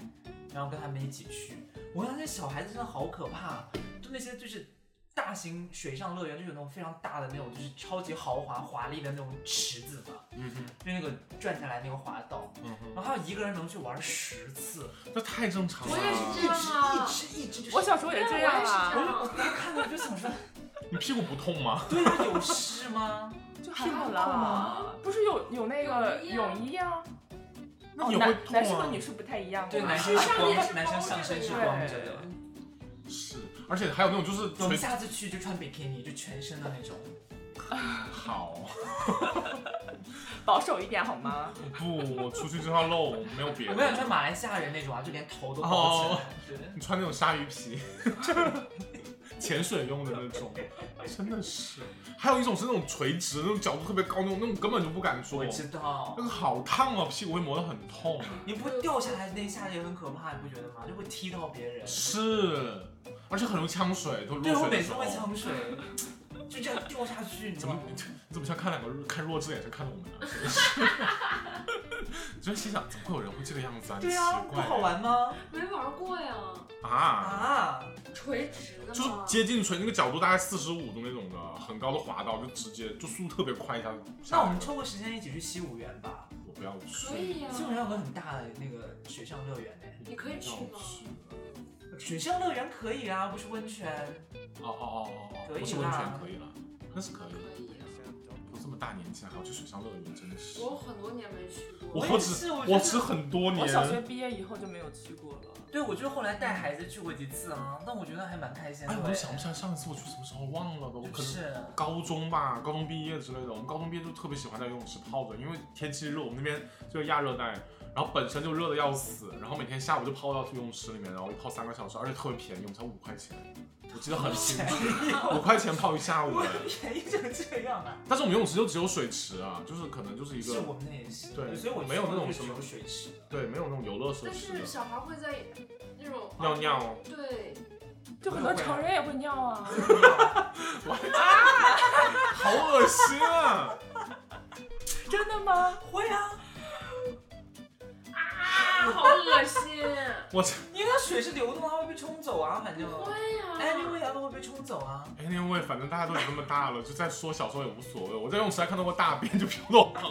A: 然后跟他们一起去。我看那小孩子真的好可怕，就那些就是大型水上乐园，就有那种非常大的那种，就是超级豪华华丽的那种池子嘛，
B: 嗯哼，
A: 就那个转下来那个滑道，
B: 嗯
A: 然后还有一个人能去玩十次，
B: 哼，这太正常了。
E: 我也是这
A: 一直
E: 样啊
A: 一直一直就是，
C: 我小时候也这样啊，
A: 我就我当时看到就想说，
B: 你屁股不痛吗？
A: 对啊，有事吗？
C: 就还好啦。不是有有那个泳衣啊？
B: 那你也会
C: 哦男
B: 痛
C: 男生和
B: 啊
C: 女？生不太一样嘛。
A: 对，男生是
E: 上
A: 光
E: 面是，
A: 男生
E: 包
A: 上
E: 着
A: 身
E: 的
A: 是
E: 呀
A: 光着的。
B: 是，而且还有那种就是
A: 我们
B: 垂
A: 下次去就穿比基尼，就全身的那种。
B: 好，
C: 保守一点好吗？
B: 不，我出去就要露，没有别
A: 我不想
B: 的。
A: 穿马来西亚人那种啊，就连头都包起来
B: 哦。
A: 对，
B: 你穿那种鲨鱼皮， 潜水用的那种，真的是。还有一种是那种垂直，那种角度特别高，那种那种根本就不 敢坐
A: 我，知道
B: 那。个好烫哦，屁股会磨得很痛。
A: 你不会掉下来那一下也很可怕，你不觉得吗？就会踢到别人。
B: 是，而且很容易呛水，都
A: 对，
B: 落
A: 我
B: 水
A: 每
B: 的
A: 次
B: 时候
A: 会。呛水， 就这样掉下去，你知
B: 怎
A: 道
B: 么
A: 吗？
B: 你怎么像看两个看弱智也是看着我们啊？真的是 就心想，怎么会有人会这个样子啊？
A: 对啊，
B: 很奇
A: 不
B: 怪
A: 好玩吗？
E: 没玩过呀，
B: 啊！
A: 啊，
E: 垂直的
B: 就是
E: 吗？
B: 接近垂那个角度大概四十五度那种的，很高的滑道，就直接就速度特别快一下。
A: 那我们抽个时间一起去西武园吧。
B: 我不要去，
E: 可以呀、
A: 西武园有个很大的那个水上乐园呢，
E: 你可以去吗
A: 水上乐园可以啊，不是温泉。
B: 哦哦哦哦哦，
A: 可以
B: 不是温泉
A: 啦
B: 可以了，那是可以
E: 可
B: 的。
E: 以呀、
B: 我这么大年纪了还要去水上乐园，真的是
E: 我很多年没去过。
B: 我
A: 也
B: 只
A: 是，我
B: 我
A: 觉
B: 吃
A: 得
B: 很多年
C: 我，小学毕业以后就没有去过了。
A: 对，我就后来带孩子去过几次啊，但我觉得还蛮开心的。
B: 哎，我都想不起来上一次我去什么时候，忘了都，
A: 就
B: 可能
A: 是
B: 高中吧，高中毕业之类的。我们高中毕业就特别喜欢在游泳池泡着，因为天气热，我们那边就是亚热带，然后本身就热的要死，然后每天下午就泡到游泳池里面，然后一泡三个小时，而且特别便宜，我们才五块钱，我记得很清楚，五块钱泡一下午
A: 我。便宜成这样啊！
B: 但是我们游泳池就只有水池啊，就是可能就是一
A: 是
B: 个
A: 我们那也是，
B: 对
A: 所以我
B: 没有那种什么
A: 有水池的。
B: 对，没有那种游乐设
E: 但
B: 施的
E: 是。小孩会在那种
B: 尿尿，
E: 对，
C: 就很多成人也会尿啊。
B: 好恶心啊！
C: 真的吗？
A: 会啊，
E: 啊，好恶 心！
B: 我操
A: 因为它水是流动，它会被冲走啊，反正。
E: 会呀、
A: 哎，那味道都会被冲走啊！
B: ，anyway，反正大家都已经那么大了，就再说小时候也无所谓。我在游泳池还看到过大便就飘到我旁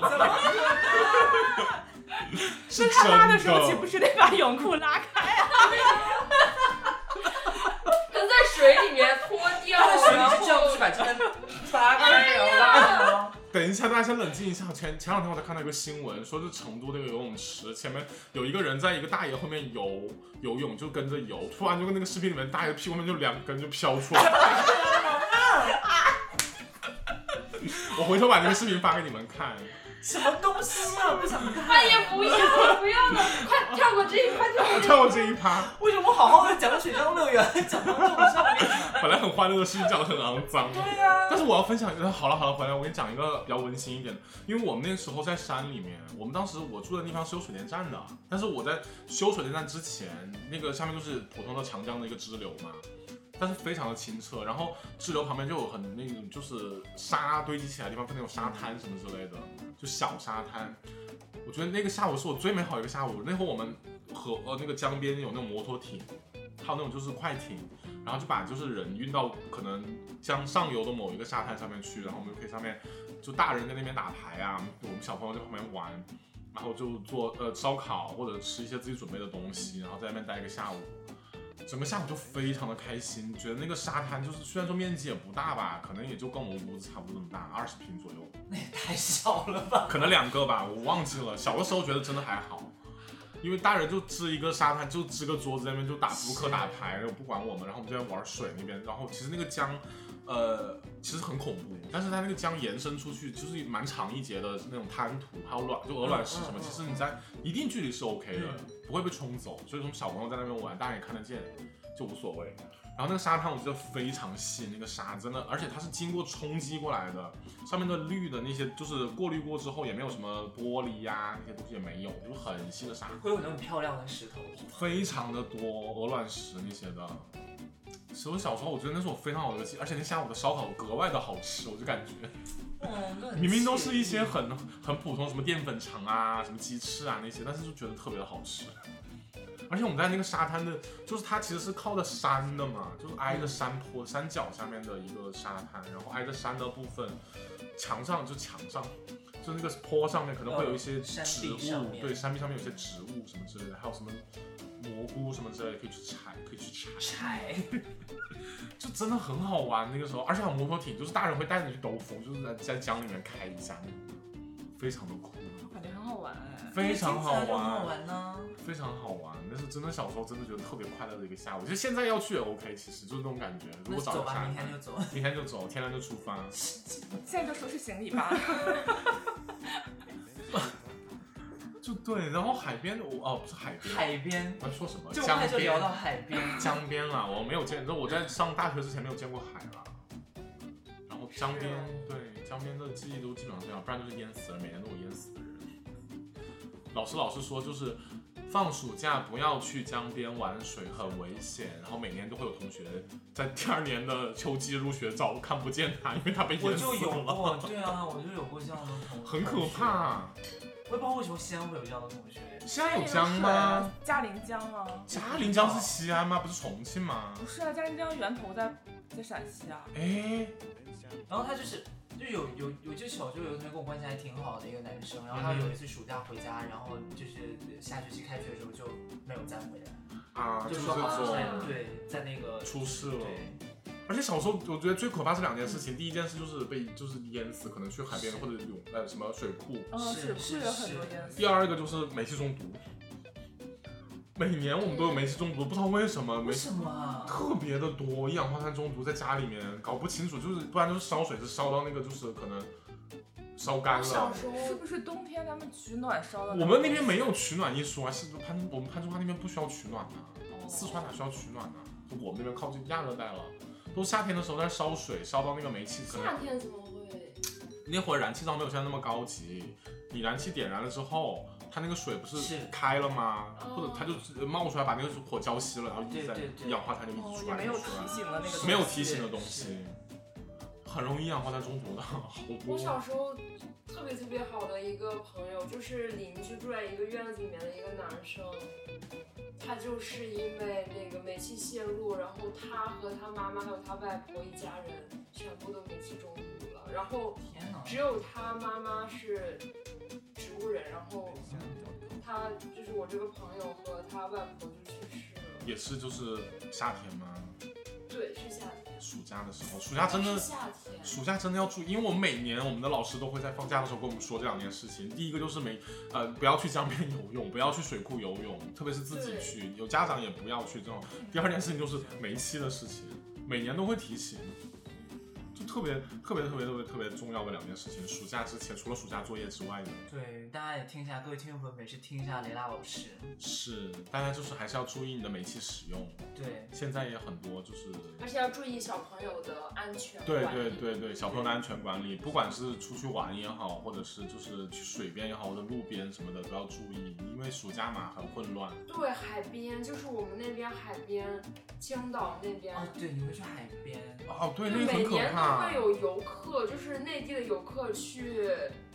B: 边，是
C: 他拉的
B: 真
C: 时候岂不是得把泳裤拉开？
E: 跟在水里面脱掉，
A: 它的水
E: 然
A: 里是这样，
E: 后
A: 就是把这边扒开，然后拉开啊。
B: 等一下，大家先冷静一下。前前两天我才看到一个新闻，说是成都那个游泳池前面有一个人在一个大爷后面游游泳，就跟着游，突然就跟那个视频里面大爷屁股后面就两根就飘出 来。我回头把那个视频发给你们看。
A: 什么东西啊？不想看。
E: 哎呀，不要了，不要了，快跳过这一块，跳过这一块。
B: 跳过这一趴，
A: 为什么好好的讲水上乐园，讲到这种上面啊？
B: 本来很欢乐的事情讲得很肮脏。
A: 对呀、
B: 但是我要分享一个，好了好了，回来我给你讲一个比较温馨一点的，因为我们那时候在山里面，我们当时我住的地方是有水电站的，但是我在修水电站之前，那个下面就是普通的长江的一个支流嘛，但是非常的清澈，然后支流旁边就有很那种就是沙堆积起来的地方，跟那种沙滩什么之类的，就小沙滩。我觉得那个下午是我最美好的一个下午，那会儿我们河呃那个江边有那种摩托艇，还有那种就是快艇，然后就把就是人运到可能江上游的某一个沙滩上面去，然后我们就可以上面就大人在那边打牌啊，我们小朋友在旁边玩，然后就做呃烧烤或者吃一些自己准备的东西，然后在那边待一个下午，整个下午就非常的开心，觉得那个沙滩就是虽然说面积也不大吧，可能也就跟我们屋子差不多这么大，二十平左右，
A: 那也太小了吧！
B: 可能两个吧，我忘记了。小的时候觉得真的还好，因为大人就支一个沙滩，就支个桌子在那边就打扑克、打牌，然后不管我们，然后我们就在玩水那边。然后其实那个江，呃，其实很恐怖，但是它那个江延伸出去就是蛮长一截的那种滩涂，还有卵，就鹅卵石什么，
A: 嗯嗯嗯
B: 其实你在一定距离是 OK 的
A: 嗯，
B: 不会被冲走。所以说小朋友在那边玩，大人也看得见，就无所谓。然后那个沙滩我记得非常细，那个沙真的，而且它是经过冲击过来的，上面的绿的那些就是过滤过之后也没有什么玻璃呀、那些东西也没有，就是很细的沙，
A: 会有那种漂亮的石头，
B: 非常的多鹅卵石那些的。其实我小时候我觉得那是我非常好的一个记忆，而且那下午的烧烤格外的好吃，我就感觉
A: 嗯，
B: 明明都是一些很很普通什么淀粉肠啊、什么鸡翅啊那些，但是就觉得特别的好吃。而且我们在那个沙滩的，就是它其实是靠着山的嘛，就是挨着山坡、山脚下面的一个沙滩，然后挨着山的部分，墙上就墙上，就那个坡上面可能会有一些
A: 嗯山
B: 植
A: 壁上
B: 物，
A: 面
B: 对，山壁上面有些植物什么之类的，还有什么蘑菇什么之类的，可以去采，可以去采，
A: 柴，
B: 就真的很好玩。那个时候，而且还有摩托艇，就是大人会带你去兜风，就是在在江里面开一下那个，非常的酷，
C: 感觉很好玩。哎
B: 非常好
A: 听起来就很好
B: 玩。
A: 玩呢。
B: 非常好玩，那是真的小时候真的觉得特别快乐的一个下午。就现在要去也 OK，其实就是那种感觉。如
A: 那
B: 果早
A: 走
B: 上
A: 吧，
B: 下
A: 明天
B: 班
A: 就走。
B: 明天就走，天亮就出发。
C: 现在就收拾行李吧。
B: 就对，然后海边我哦不是海边，
A: 海边，
B: 我在说什么？
A: 就我们
B: 江
A: 还就聊到
B: 边，
A: 海边，
B: 江边啦，我没有见，就我在上大学之前没有见过海啦。然后江边，对江边的记忆都基本上这样，不然就是淹死了，每年都有淹死的人。老师老是说，就是放暑假不要去江边玩水，很危险。然后每年都会有同学在第二年的秋季入学照看不见他，因为他被
A: 我
B: 淹死
A: 就有
B: 了，
A: 过，对啊，我就有过这样的同
B: 很可。怕。
A: 我也不知道为什么西安会有这样的同学，
B: 现在有江吗？？
C: 嘉陵江啊，
B: 嘉陵江是西安吗？不是重庆 吗？
C: 不是啊，嘉陵江源头在在陕西啊。
B: 哎，
A: 然后他就是。就有有有就小时候有个同学跟我关系还挺好的一个男生，然后他有一次暑假回家，然后就是下学期开学的时候就没有再回来，
B: 啊，
A: 就
B: 就是
A: 说好像
B: 这种
A: 在对在那个
B: 出事了。
A: 对
B: 而且小时候，我觉得最可怕是两件事情。第一件事就是被就是淹死，可能去海边
A: 是
B: 或者泳呃什么水库。
C: 嗯，
A: 是是
C: 是会有很多
A: 是
C: 淹死。
B: 第二个就是煤气中毒，每年我们都有煤气中毒，不知道为什么煤
A: 为什么啊？
B: 特别的多，一氧化碳中毒在家里面搞不清楚，就是不然就是烧水是烧到那个就是可能烧干了
E: 小。时候
C: 是不是冬天咱们取暖烧的？
B: 我们那边没有 取暖一说啊，是攀我们攀中华那边不需要取暖的、
C: 哦
B: 四川哪需要取暖呢、就我们那边靠近亚热带了，都夏天的时候在烧水，烧到那个煤气可能
E: 夏天怎么
A: 嗯
E: 会？
B: 那会儿燃气灶没有现在那么高级，你燃气点燃了之后，它那个水不
A: 是
B: 是开了吗？
E: 哦
B: 或者它就冒出来，把那个火浇熄了，然后一直在
A: 对对对
B: 一氧化碳就一
C: 哦
B: 直，出
C: 也
B: 来，
C: 没
B: 一
C: 有
B: 直
C: 提
B: 出来，
C: 醒的那个。
B: 没有提醒的东
A: 是
B: 西，很容易一氧化碳中毒的，好
E: 我
B: 多。
E: 小时候特别特别好的一个朋友，就是邻居住在一个院子里面的一个男生，他就是因为那个煤气泄露，然后他和他妈妈还有他外婆一家人全部都煤气中毒了，然后
A: 天哪！
E: 只有他妈妈是植物人，然后他就是我这个朋友和他外婆就去世了。
B: 也是就是夏天嘛，
E: 对，是夏天，
B: 暑假的时候，暑假真的
E: 是夏天。
B: 暑假真的要注意，因为我们每年我们的老师都会在放假的时候跟我们说这两件事情。第一个就是没，呃，不要去江边游泳，不要去水库游泳，特别是自己去，有家长也不要去这种。第二件事情就是煤气的事情，每年都会提醒，就特别特别特别特别特别重要的两件事情。暑假之前除了暑假作业之外的，
A: 对，大家也听一下，各位听众朋友们也是听一下雷拉老师。
B: 是大家就是还是要注意你的煤气使用。
A: 对，
B: 现在也很多就是。
E: 而且要注意小朋友的安全
B: 对
E: 管
B: 对
E: 理
B: 对对，小朋友的安全管理，不管是出去玩也好，或者是就是去水边也好，或者路边什么的都要注意，因为暑假嘛很混乱。
E: 对，海边就是我们那边海边，青岛那边，
A: 哦对，你会去海边，
B: 哦，对，
E: 就
B: 那
E: 是
B: 个很
E: 每
B: 可
E: 年都
B: 怕
E: 会。有游客，就是内地的游客去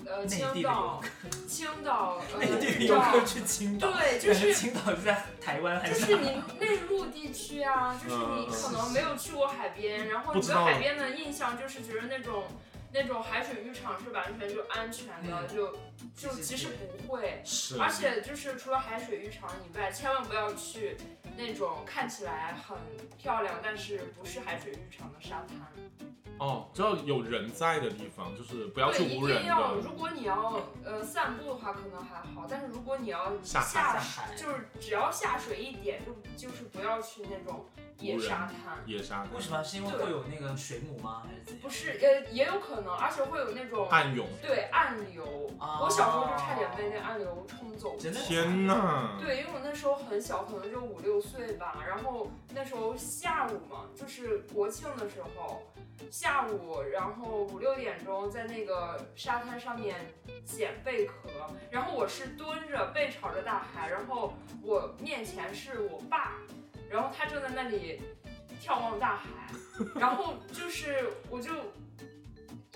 E: 呃
A: 内地的
E: 青
A: 游
E: 岛，青岛呃
A: 内地的
E: 绿
A: 游
E: 岛，
A: 客去青岛，
E: 对，就
A: 感觉
E: 是
A: 青岛就在台湾还
E: 就是是你内陆地区啊，就是
B: 嗯嗯
E: 你可能没有去过海边，然后
B: 不
E: 你
B: 知
E: 对
B: 道
E: 海边的印象就是觉得那种那种海水浴场是完全就安全的，
A: 嗯
E: 就就是其实
A: 是
E: 不会。
B: 是，
E: 而且就是除了海水浴场以外，千万不要去那种看起来很漂亮，但是不是海水浴场的沙滩。
B: 哦，只要有人在的地方，就是不要去
E: 对，一
B: 无人
E: 定要，
B: 的。
E: 如果你要呃散步的话，可能还好，但是如果你要
B: 下海
E: 下
A: 下海
E: 就是只要下水一点，就就是不要去那种野
B: 无人
E: 沙滩。
B: 野沙
A: 为什么？是因为会有那个水母吗？还是怎样？
E: 不是，呃，也有可能，而且会有那种
B: 暗涌，
E: 对暗流。
A: 啊
E: 我小时候就差点被那暗流冲走。
A: 真的
B: 天呐！
E: 对，因为我那时候很小，可能就五六岁吧。然后那时候下午嘛，就是国庆的时候，下午，然后五六点钟在那个沙滩上面捡贝壳，然后我是蹲着背朝着大海，然后我面前是我爸，然后他正在那里眺望大海，然后就是我就。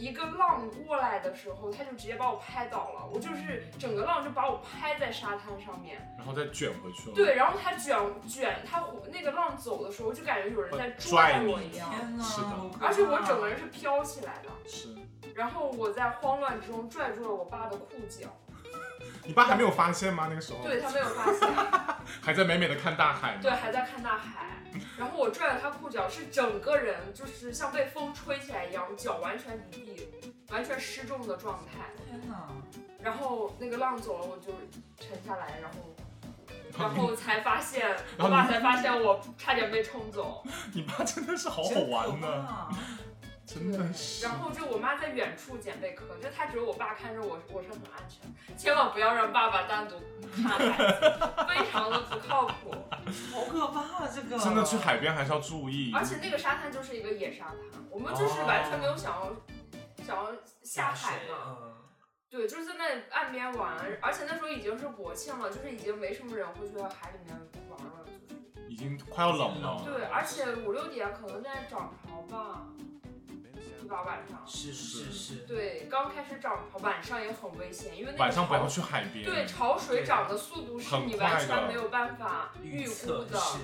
E: 一个浪过来的时候，他就直接把我拍倒了，我就是整个浪就把我拍在沙滩上面。
B: 然后再卷回去了。
E: 对，然后他卷卷他那个浪走的时候，就感觉有人在
B: 拽
E: 拽
B: 你
E: 我一样，
A: 天哪！啊
B: 是的
A: 好可怕
E: 而且我整个人是飘起来的。
B: 是
E: 然后我在慌乱之中拽住了我爸的裤脚，
B: 你爸还没有发现吗？那个时候
E: 对他没有发现，
B: 还在美美的看大海呢。
E: 对还在看大海。然后我拽了他裤脚，是整个人就是像被风吹起来一样，脚完全离地，完全失重的状态。
A: 天哪！
E: 然后那个浪走了，我就沉下来，然后
B: 然
E: 然
B: 后
E: 后才发现，
B: 然后
E: 我
B: 你
E: 爸才发现我差点被冲走。
B: 你爸真的是好好玩
A: 真可
B: 呢，
A: 怕。
B: 真的是。
E: 然后就我妈在远处捡贝壳，就她觉得我爸看着我，我是很安全，千万不要让爸爸单独看孩子，非常的不靠谱。
A: 好可怕、啊，这个
B: 真的去海边还是要注意，
E: 而且那个沙滩就是一个野沙滩，我们
B: 哦
E: 就是完全没有想要、想要下海
A: 水
E: 嘛。
A: 嗯，
E: 对，就是在那岸边玩，而且那时候已经是国庆了，就是已经没什么人会去海里面玩了。就是
B: 已经快要冷了。
E: 对，而且五六点可能在涨潮吧，对吧？晚上。
A: 是是是，
E: 对，刚开始涨潮，晚上也很危险，因为那个
B: 晚上不要
E: 潮
B: 去海边，
E: 对，潮水涨的速度是
B: 很
E: 你
B: 快
E: 完全
B: 的
E: 没有办法预估
A: 测
E: 的。
A: 是，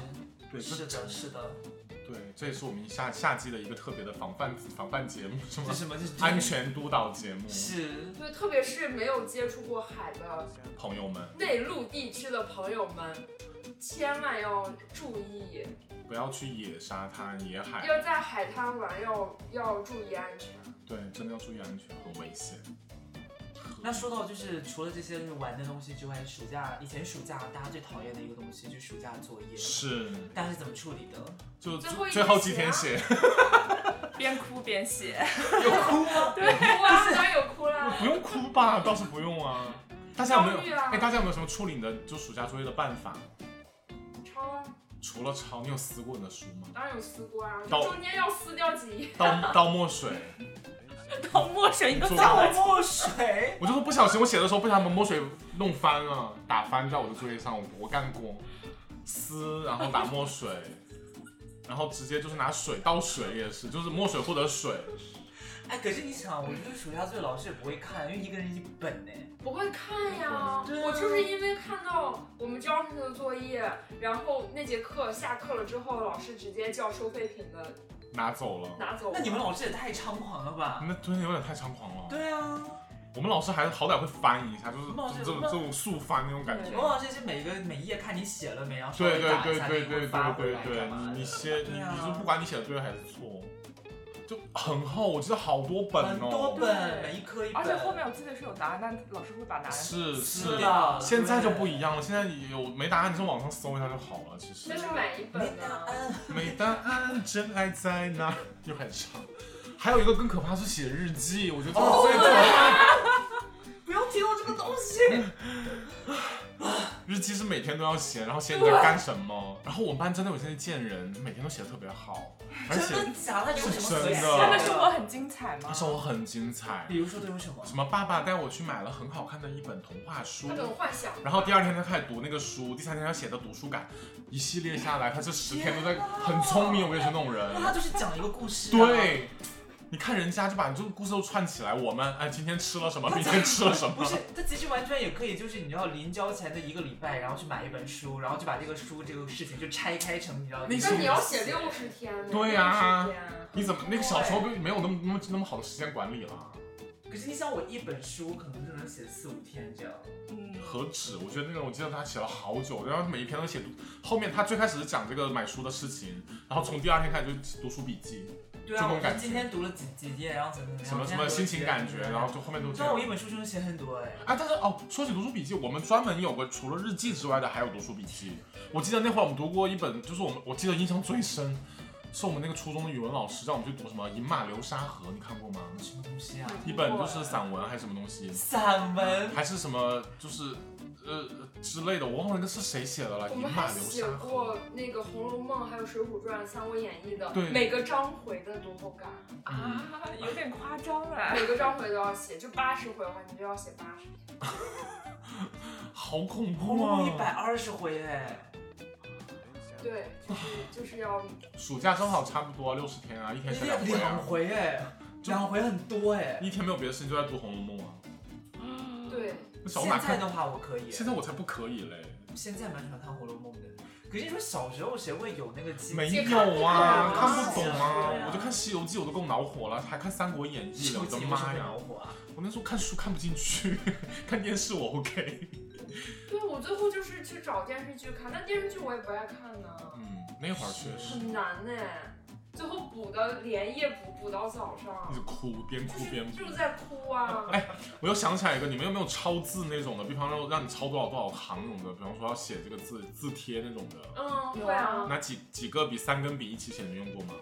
B: 对，
A: 是
B: 这
A: 的，是的，
B: 对，这也是我们夏夏季的一个特别的防范 防范节 目，是吗
A: 这？什么？这是
B: 安全督导节目，
A: 是
E: 对，特别是没有接触过海的
B: 朋友们
E: 内陆地区的朋友们，千万要注意，
B: 不要去野沙滩、野海，
E: 要在海滩玩要要注意安全。
B: 对，真的要注意安全，很危险。
A: 那说到就是除了这些玩的东西之外，暑假以前暑假大家最讨厌的一个东西就是暑假作业，
B: 是，
A: 大家是怎么处理的？
B: 就
E: 最后一啊
B: 最后几天
E: 天
B: 写，
C: 边哭边写。
A: 有哭吗？
E: 哭啊，当然有哭啦。
B: 不用哭 吧，倒是不用啊。大家有没
E: 焦虑
B: 有？
E: 啊
B: 哎，大家有没有什么处理你的就暑假作业的办法？
E: 抄啊，
B: 除了抄，你有撕过你的书吗？
E: 当然有撕过啊，就
B: 到
E: 中间要撕掉几页。
B: 倒倒墨水，
C: 倒墨水，你都
B: 做
C: 倒
A: 倒
C: 了。
A: 墨水，
B: 我就是不小心，我写的时候不小心把墨水弄翻了，打翻在我的作业上，我我干过，撕，然后打墨水，然后直接就是拿水倒水也是，就是墨水或者水，
A: 哎，可是你想，我觉得暑假作业老师也不会看，因为一个人一本呢。
E: 不会看呀，
A: 对啊
E: 我就是因为看到我们交上去的作业，然后那节课下课了之后，老师直接叫收废品的
B: 拿走了。
E: 拿走。
A: 那你们老师也太猖狂了吧？
B: 那真的有点太猖狂了。
A: 对啊，
B: 我们老师还好歹会翻译一下，就是
A: 我们老师
B: 这种
A: 我们
B: 这种速翻那种感觉
A: 我。们老师是每个每一页看你写了没，然后稍
B: 对
A: 微
B: 对
A: 打一
B: 对
A: 下，
B: 对
A: 给
B: 对
A: 你
B: 对
A: 发
B: 对
A: 回来
B: 对
A: 干嘛，的
B: 你写你
A: 对啊
B: 你就不管你写的对还是错，就很厚，我记得好多本
A: 很多
B: 哦。
A: 本，每一科一本，
C: 而且后面我记得是有答案，但老师会把答案。
B: 是
A: 是
B: 是，
A: 的，
B: 现在就不
A: 对
B: 一样了，现在有没答案，你上网上搜一下就好了。其实
E: 那是买一
A: 哎
E: 本啊，
B: 没答案，真爱在哪？又开始唱。还有一个更可怕是写日记，我觉得这个最可怕。
A: 不要提到这个东西。
B: 日记是每天都要写，然后写你在干什么。然后我们班真的有些贱人，每天都写的特别好，而且
A: 真的假的？有什么
B: 是
A: 可
B: 真的
A: 写
C: 他们生活很精彩吗
B: 那？生活很精彩
A: 比。如说都有什么？
B: 什么爸爸带我去买了很好看的一本童话书
E: 他，很幻想。
B: 然后第二天他开始读那个书，第三天他写的读书感，一系列下来，他这十天都在很聪明，我跟你说那种人。
A: 那就是讲一个故事、啊。，
B: 对，你看人家就把这个故事都串起来，我们哎今天吃了什么，明天吃了什
A: 不
B: 么
A: 是，，他其实完全也可以，就是你知道临交前的一个礼拜，然后去买一本书，然后就把这个书这个事情就拆开成你知道。
B: 那
E: 但
B: 是
E: 你要
A: 嗯
E: 写六十天呢，
B: 对啊
E: 60天
B: 你怎么那个小时候没有那么那么那么好的时间管理了？
A: 可是你想，我一本书可能就能写四五天这样。
C: 嗯，
B: 何止？我觉得那个我记得他写了好久，然后每一篇都写读。后面他最开始是讲这个买书的事情，然后从第二天开始就读书笔记，
A: 对
B: 这
A: 啊，
B: 种
A: 我
B: 感
A: 就
B: 觉
A: 今天读了几几页，然后怎么怎么样，
B: 什么什么心情感觉，然后就后面都这
A: 虽然
B: 样
A: 啊我。一本书就能写很多哎，
B: 啊，但是哦，说起读书笔记，我们专门有个除了日记之外的，还有读书笔记。我记得那会儿我们读过一本，就是我们我记得印象最深，是我们那个初中的语文老师让我们去读什么《饮马流沙河》，你看过吗？
A: 什么东西啊？
B: 一本就是散文还是什么东西，
A: 散文。
B: 还是什么就是呃之类的，我忘了那是谁写的了，《
E: 我
B: 饮
E: 们
B: 马
E: 还
B: 流
E: 写
B: 沙河》。
E: 过那个《红楼梦》，还有《水浒传》《三国演义》的
B: 对
E: 每个章回的读后感，
C: 啊，有点夸张哎。
E: 每个章回都要写，就八十回的话，你就要写八十。
B: 好
A: 《
B: 恐
A: 红
B: 怖
A: 楼梦》一百
B: 啊！
A: 二十回哎，
E: 对，就是就是要
B: 暑假正好差不多六十天啊，一天写两
A: 两
B: 回啊
A: 两。回哎，两回很多哎、
B: 一天没有别的事情就在读《红楼梦》啊。
E: 对，
B: 那小
A: 现
B: 红哪
A: 在
B: 看？
A: 的话我可以，
B: 现在我才不可以嘞，
A: 现在蛮喜欢看《红楼梦》的。可是你说小时候谁会有那个记忆？
B: 没
E: 也看不
B: 有啊，
E: 懂啊
B: 看不懂
A: 对
B: 啊
A: 啊，
B: 我就看《西游记》我都够恼火了，还看《三国演义》了，我的妈呀！
A: 火啊！
B: 我那时候看书看不进去，看电视我 OK。
E: 对我最后就是去找电视剧看，但电视剧我也不爱看呢，
B: 嗯，那会儿确实，
E: 很难呢、最后补的连夜补，补到早上
B: 一直，哭，边
E: 就
B: 哭
E: 是
B: 边
E: 就是在哭啊。
B: 我又想起来一个，你们有没有抄字那种的？比方说让你抄多少多少行那种的，比方说要写这个字字帖那种的，
E: 嗯，
C: 有
E: 会啊，
B: 拿几几个笔、三根笔一起写，你们用过吗？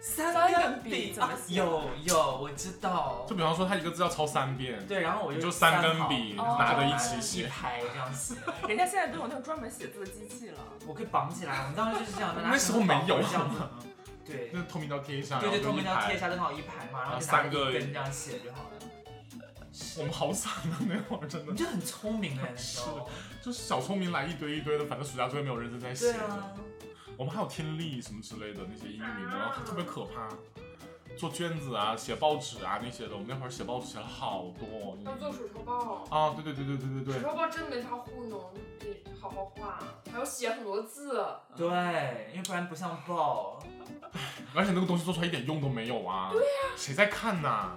A: 三
C: 根
A: 根
C: 笔
A: 笔
C: 怎么
A: 啊
C: 写
A: 有有，我知道
B: 就。比方说他一个字要抄三遍，
A: 对，然后我
B: 你就
A: 三
B: 三根笔
C: 哦
B: 拿着一起
A: 一
B: 写。
A: 排这样写，
C: 人家现在都有那种专门写字的机器了。
A: 我可以绑起来。我们当时就是这样的，拿
B: 那时候没有
A: 手绑这样子。对
B: 那透明胶贴一下，
A: 对对，
B: 然后
A: 透
B: 就一
A: 明胶
B: 排
A: 贴一下，正好一排嘛，然后就拿
B: 三
A: 一
B: 个
A: 根这样写就好了。
B: 我们好惨啊，那会儿真
A: 你
B: 的
A: 就很聪明哎，那时 候。
B: 就是小聪明来一堆一堆的，反正暑假作业没有认真在写
A: 对。啊，
B: 我们还有听力什么之类的那些英语的，然后特别可怕。做卷子啊，写报纸啊那些的，我们那会儿写报纸写了好多。
E: 要做水泡报。
B: 啊，对对对对对对对，
E: 水泡报真没法糊弄，得好好画，还要写很多字。
A: 对，因为不然不像报。
B: 而且那个东西做出来一点用都没有啊。对呀、谁在看呐、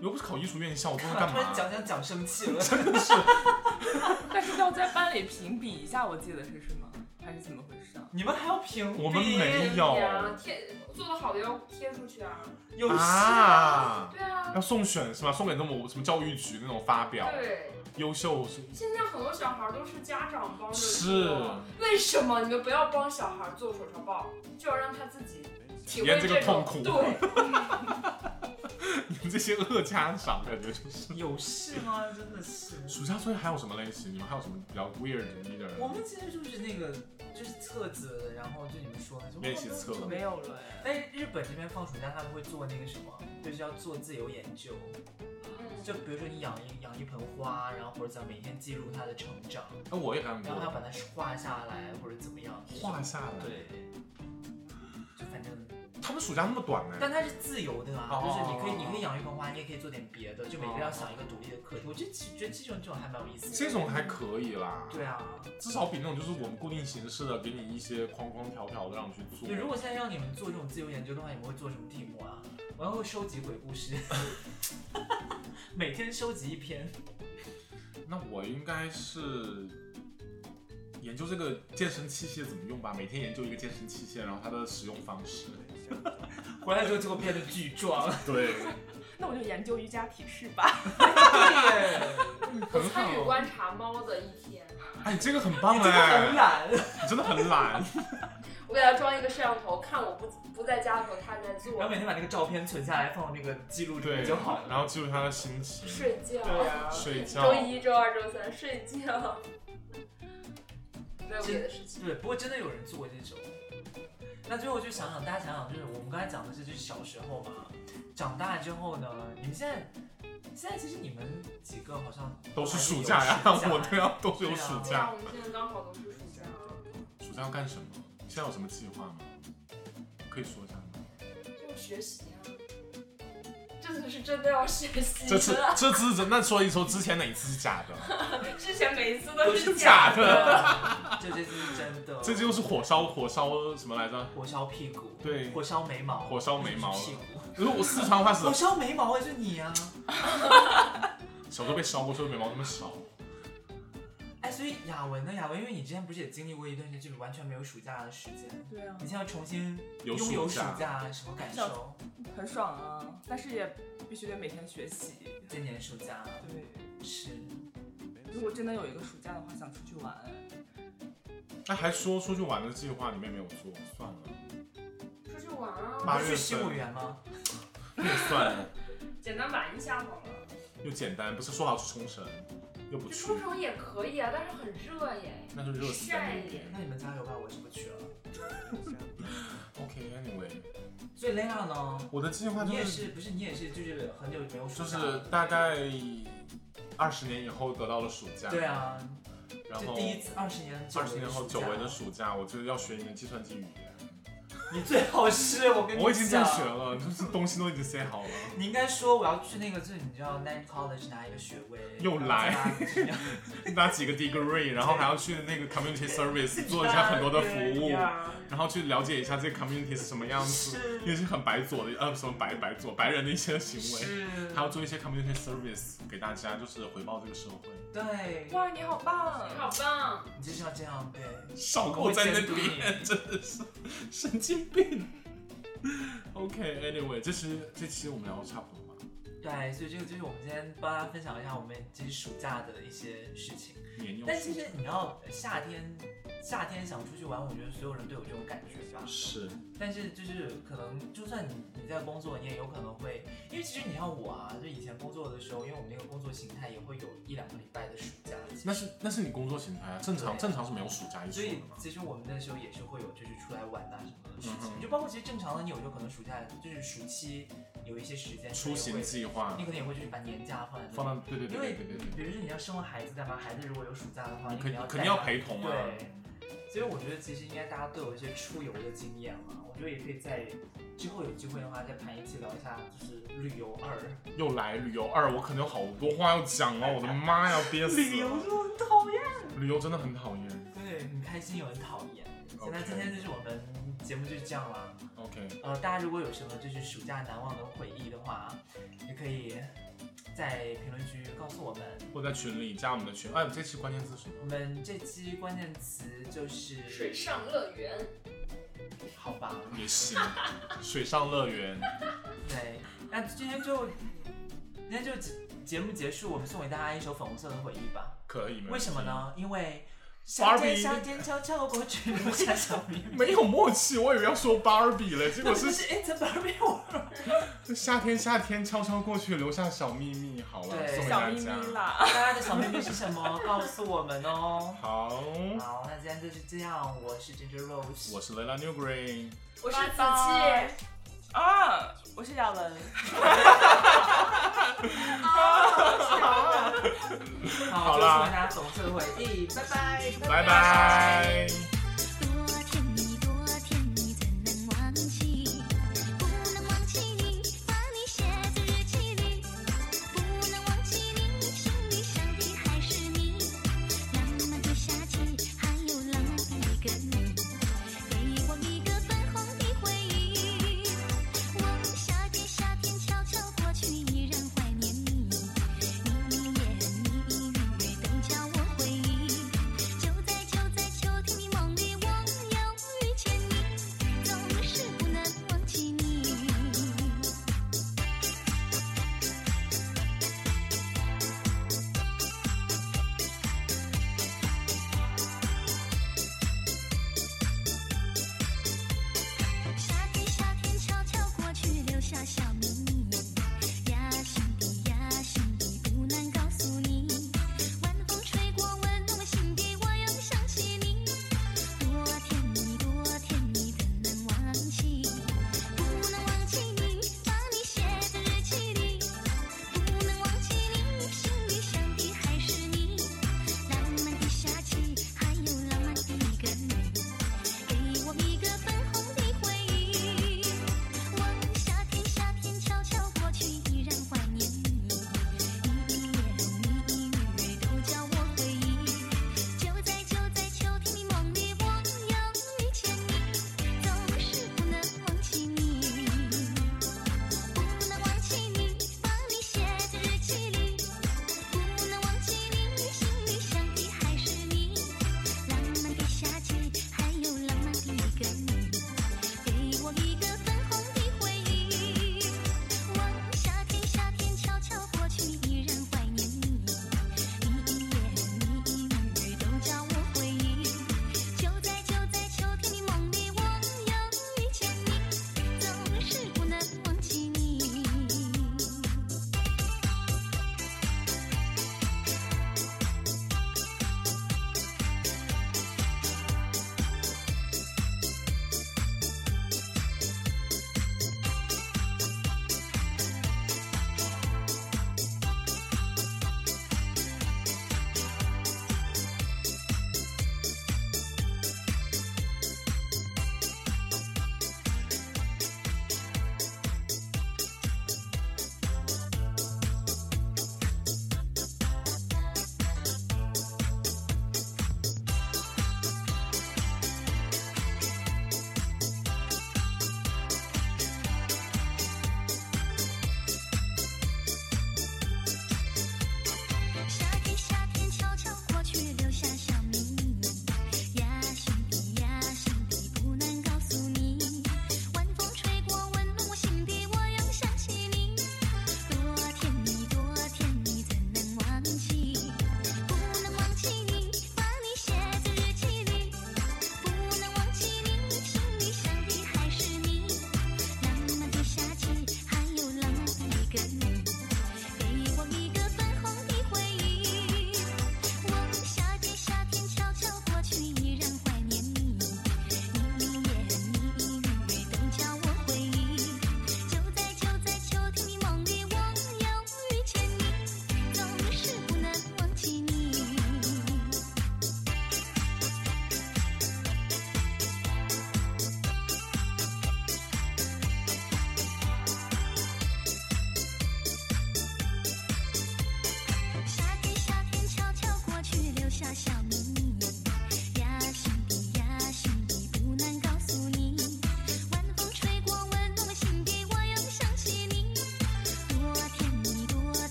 B: 又不是考艺术院校，我做它干
A: 突然
B: 嘛？
A: 讲讲讲生气了。
C: 但是要在班里评比一下，我记得是什么，还是怎么回事啊？
A: 你们还要评比？
B: 我们没有
E: 哎呀，贴做的好的要贴出去啊。
A: 有事
B: 啊，
E: 对啊，
B: 要送选是吧？送给那种什么教育局那种发表
E: 对。
B: 优秀是
E: 现在很多小孩都是家长帮着
B: 是
E: 做，
A: 啊
E: 为什么你们不要帮小孩做手抄报，就要让他自己体
B: 体验
E: 会
B: 这个痛
E: 种
B: 苦
E: 对，
B: 你们这些恶家长，感觉就是。
A: 有事吗？真的是。
B: 暑假作业还有什么类型？你们还有什么比较 weird 一点
A: 我
B: 的？
A: 们其实就是那个就是册子，然后就你们说的就
B: 练习册
A: 就没
C: 没
A: 有。
C: 有了哎。
A: 但是日本这边放暑假，他们会做那个什么，就是要做自由研究。
E: 嗯，
A: 就比如说你养一养一盆花，然后或者怎么样，每天记录它的成长，
B: 那哎我也干
A: 然后还要把
B: 过，
A: 它画下来或者怎么样。
B: 画下来。
A: 对，嗯就反正，
B: 他们暑假那么短呢、
A: 但它是自由的啊，
B: 哦
A: 就是你可以你可以养一盆花，你也可以做点别的，就每个人要想一个独立的课题。我觉得其觉得这种这种还蛮有意思的。
B: 这种还可以啦。
A: 对啊，
B: 至少比那种就是我们固定形式的，给你一些框框条条的让你去做。
A: 对，如果现在让你们做这种自由研究的话，你们会做什么题目啊？我要会收集鬼故事， 每天收集一篇。
B: 那我应该是研究这个健身器械怎么用吧，每天研究一个健身器械，然后它的使用方式。
A: 回来之后，结果变得 巨壮。
B: 对，
C: 那我就研究瑜伽体式吧。
E: 我
B: 很
E: 参与
B: 好。
E: 观察猫的一天，
B: 哎，你这个很棒
A: 真的
B: 哎、
A: 很 懒，
B: 你真的很懒。
E: 我给它装一个摄像头，看我不不在家的时候它在做
A: 然后每天把那个照片存下来，放到那个记录里面
B: 对
A: 就好，了。
B: 然后记录他的心情。
E: 睡觉，
A: 啊
B: 睡觉
E: 周。一周二周三睡觉， 没有别的事情。
A: 对，不过真的有人做过这种。那最后就想想，大家想想，就是我们刚才讲的是就是小时候嘛，长大之后呢，你们现在现在其实你们几个好像
B: 都是暑假呀、
A: 还是有暑假
B: 我对啊，都是有
A: 对啊
B: 暑
E: 对
B: 假
E: 啊，。我们现在刚好都是啊暑假。
B: 暑假要干什么？你现在有什么计划吗？可以说一下吗？
E: 就是学习啊，这次是真的要学习
B: 这次
E: 了。
B: 这次真那说一说之前哪一次是假的？
E: 之前每一次都
B: 是
E: 假
B: 假的
A: 就啊这次是真的，
B: 这就是火烧火烧什么来着？
A: 火烧屁股，
B: 对
A: 火烧眉毛，
B: 火烧眉毛
A: 就是屁股，
B: 可是我四川话是
A: 火烧眉毛也是你啊。
B: 小时候被烧过，所以眉毛那么少。
A: 哎，所以雅文呢？雅文，因为你之前不是也经历过一段时间，就是完全没有暑假的时间，
C: 对啊
A: 你现在重新
B: 有
A: 拥有暑
B: 暑假
A: 假，什么感
C: 像
A: 受？
C: 很爽啊，但是也必须得每天学习。
A: 今年暑假
C: 对，
A: 是
C: 如果真的有一个暑假的话，想出去玩。
B: 那还说出去玩的计划里面没有做，算 了，
E: 出去玩啊，
B: 八
A: 不是
B: 月份
A: 去西湖园吗？
B: 也算了，
E: 简单玩一下好了。
B: 又简单，不是说好去冲绳，又不
E: 就
B: 去
E: 冲，绳也可以啊，但是很热耶。
B: 那就热死在那边。
A: 那你们加油吧，我是不去了。
B: OK，Anyway，、
A: 所以 Lena 呢？
B: 我的计划
A: 你
B: 就
A: 也
B: 是
A: 是不是你也是就是很久没有暑
B: 就
A: 假
B: 是
A: 了
B: 大概二十年以后得到了暑假，
A: 对，啊，
B: 然
A: 就
B: 后
A: 第一次二十年
B: 二十年后久违的
A: 暑
B: 暑假，我就要学一门计算机语言。
A: 你最好是，我哎跟你讲，
B: 我已经在学了，就是东西都已经写 好了。
A: 你应该说我要去那个，就是你知道 Nine College 拿一个学位，
B: 又来
A: 然后 再拿
B: 拿几个 degree，然后还要去那个 community service 做一下很多的 服务，
A: 啊
B: 然后去了解一下这个 community 是什么样子，也是很白左的呃什么白白左白人的一些行为，还要做一些 community service 给大家，就是回报这个社会。
A: 对，
C: 哇，你好棒！
E: 好棒！
A: 你就是要这样对。
B: 少给我在那边，真的是神经病。OK，Anyway，、这是这期我们聊的差不多吧？
A: 对，所以这个就是我们今天帮大家分享一下我们这暑假的一些事情。
B: 年幼
A: 但其实你知道，夏天夏天想出去玩，我觉得所有人都有这种感觉吧。
B: 是
A: 但是就是可能，就算你你在工作，你也有可能会，因为其实你像我啊，就以前工作的时候，因为我们那个工作形态也会有一两个礼拜的暑假，
B: 那是那是你工作形态啊，正常
A: 对
B: 正常是没有暑假一说
A: 所
B: 的
A: 以
B: 嘛。
A: 其实我们那时候也是会有就是出来玩啊什么的事
B: 嗯
A: 情，
B: 哼
A: 就包括其实正常的，你有时候可能暑假就是暑期有一些时间
B: 出行，计划
A: 你可能也会你可能也会就是把年假放在那
B: 放
A: 里
B: 到对对对
A: 因
B: 对
A: 为
B: 对对对，
A: 比如说你要生完孩子干嘛？孩子如果有暑假的话，
B: 你
A: 你
B: 肯
A: 要
B: 肯定要
A: 带他
B: 陪同啊。
A: 对，所以我觉得其实应该大家都有一些出游的经验嘛，我觉得也可以在之后有机会的话再盘一期聊一下，就是旅游二。
B: 又来旅游二，我可能有好多话要讲哦，我的妈呀，憋死了！旅游
A: 就很讨厌。
B: 旅游真的很讨厌。
A: 对，很开心有人讨厌。
B: OK
A: 那今天就是我们节目就是这样啦。
B: OK，
A: 呃，大家如果有什么就是暑假难忘的回忆的话，也可以在评论区告诉我们。
B: 或者在群里加我们的群。哎，这期关键字是什么？
A: 我们这期关键词就是
E: 水，上乐园，
A: 好吧？
B: 也行，水上乐园。
A: 对，那今天就今天就节节目结束，我们送给大家一首《粉红色的回忆》吧。
B: 可以吗？
A: 为什么？呢？因为相见
B: Barbie
A: 相见悄悄过去，留下小秘密。
B: 没有默契，我以为要说 Barbie 了，结
A: 那
B: 果
A: 不就是 是 It's a Barbie World。
B: 这夏天夏天悄悄过去，留下小秘密。好了，
A: 对
B: 送给
C: 小
B: 大
C: 咪咪
B: 家。
C: 啦，
A: 大家的小秘密是什么？ 告诉我们哦。
B: 好，
A: 好，那今天就是这样。我是 Ginger Rose，
B: 我是 Lila New Green，
E: 我是
C: 拜
E: 子
C: 拜
E: 气，
C: 啊，我是亚文，
A: 好，
B: 好
A: 就送
B: 啦
A: 给大家粉红色的回忆，拜拜。
B: 拜拜。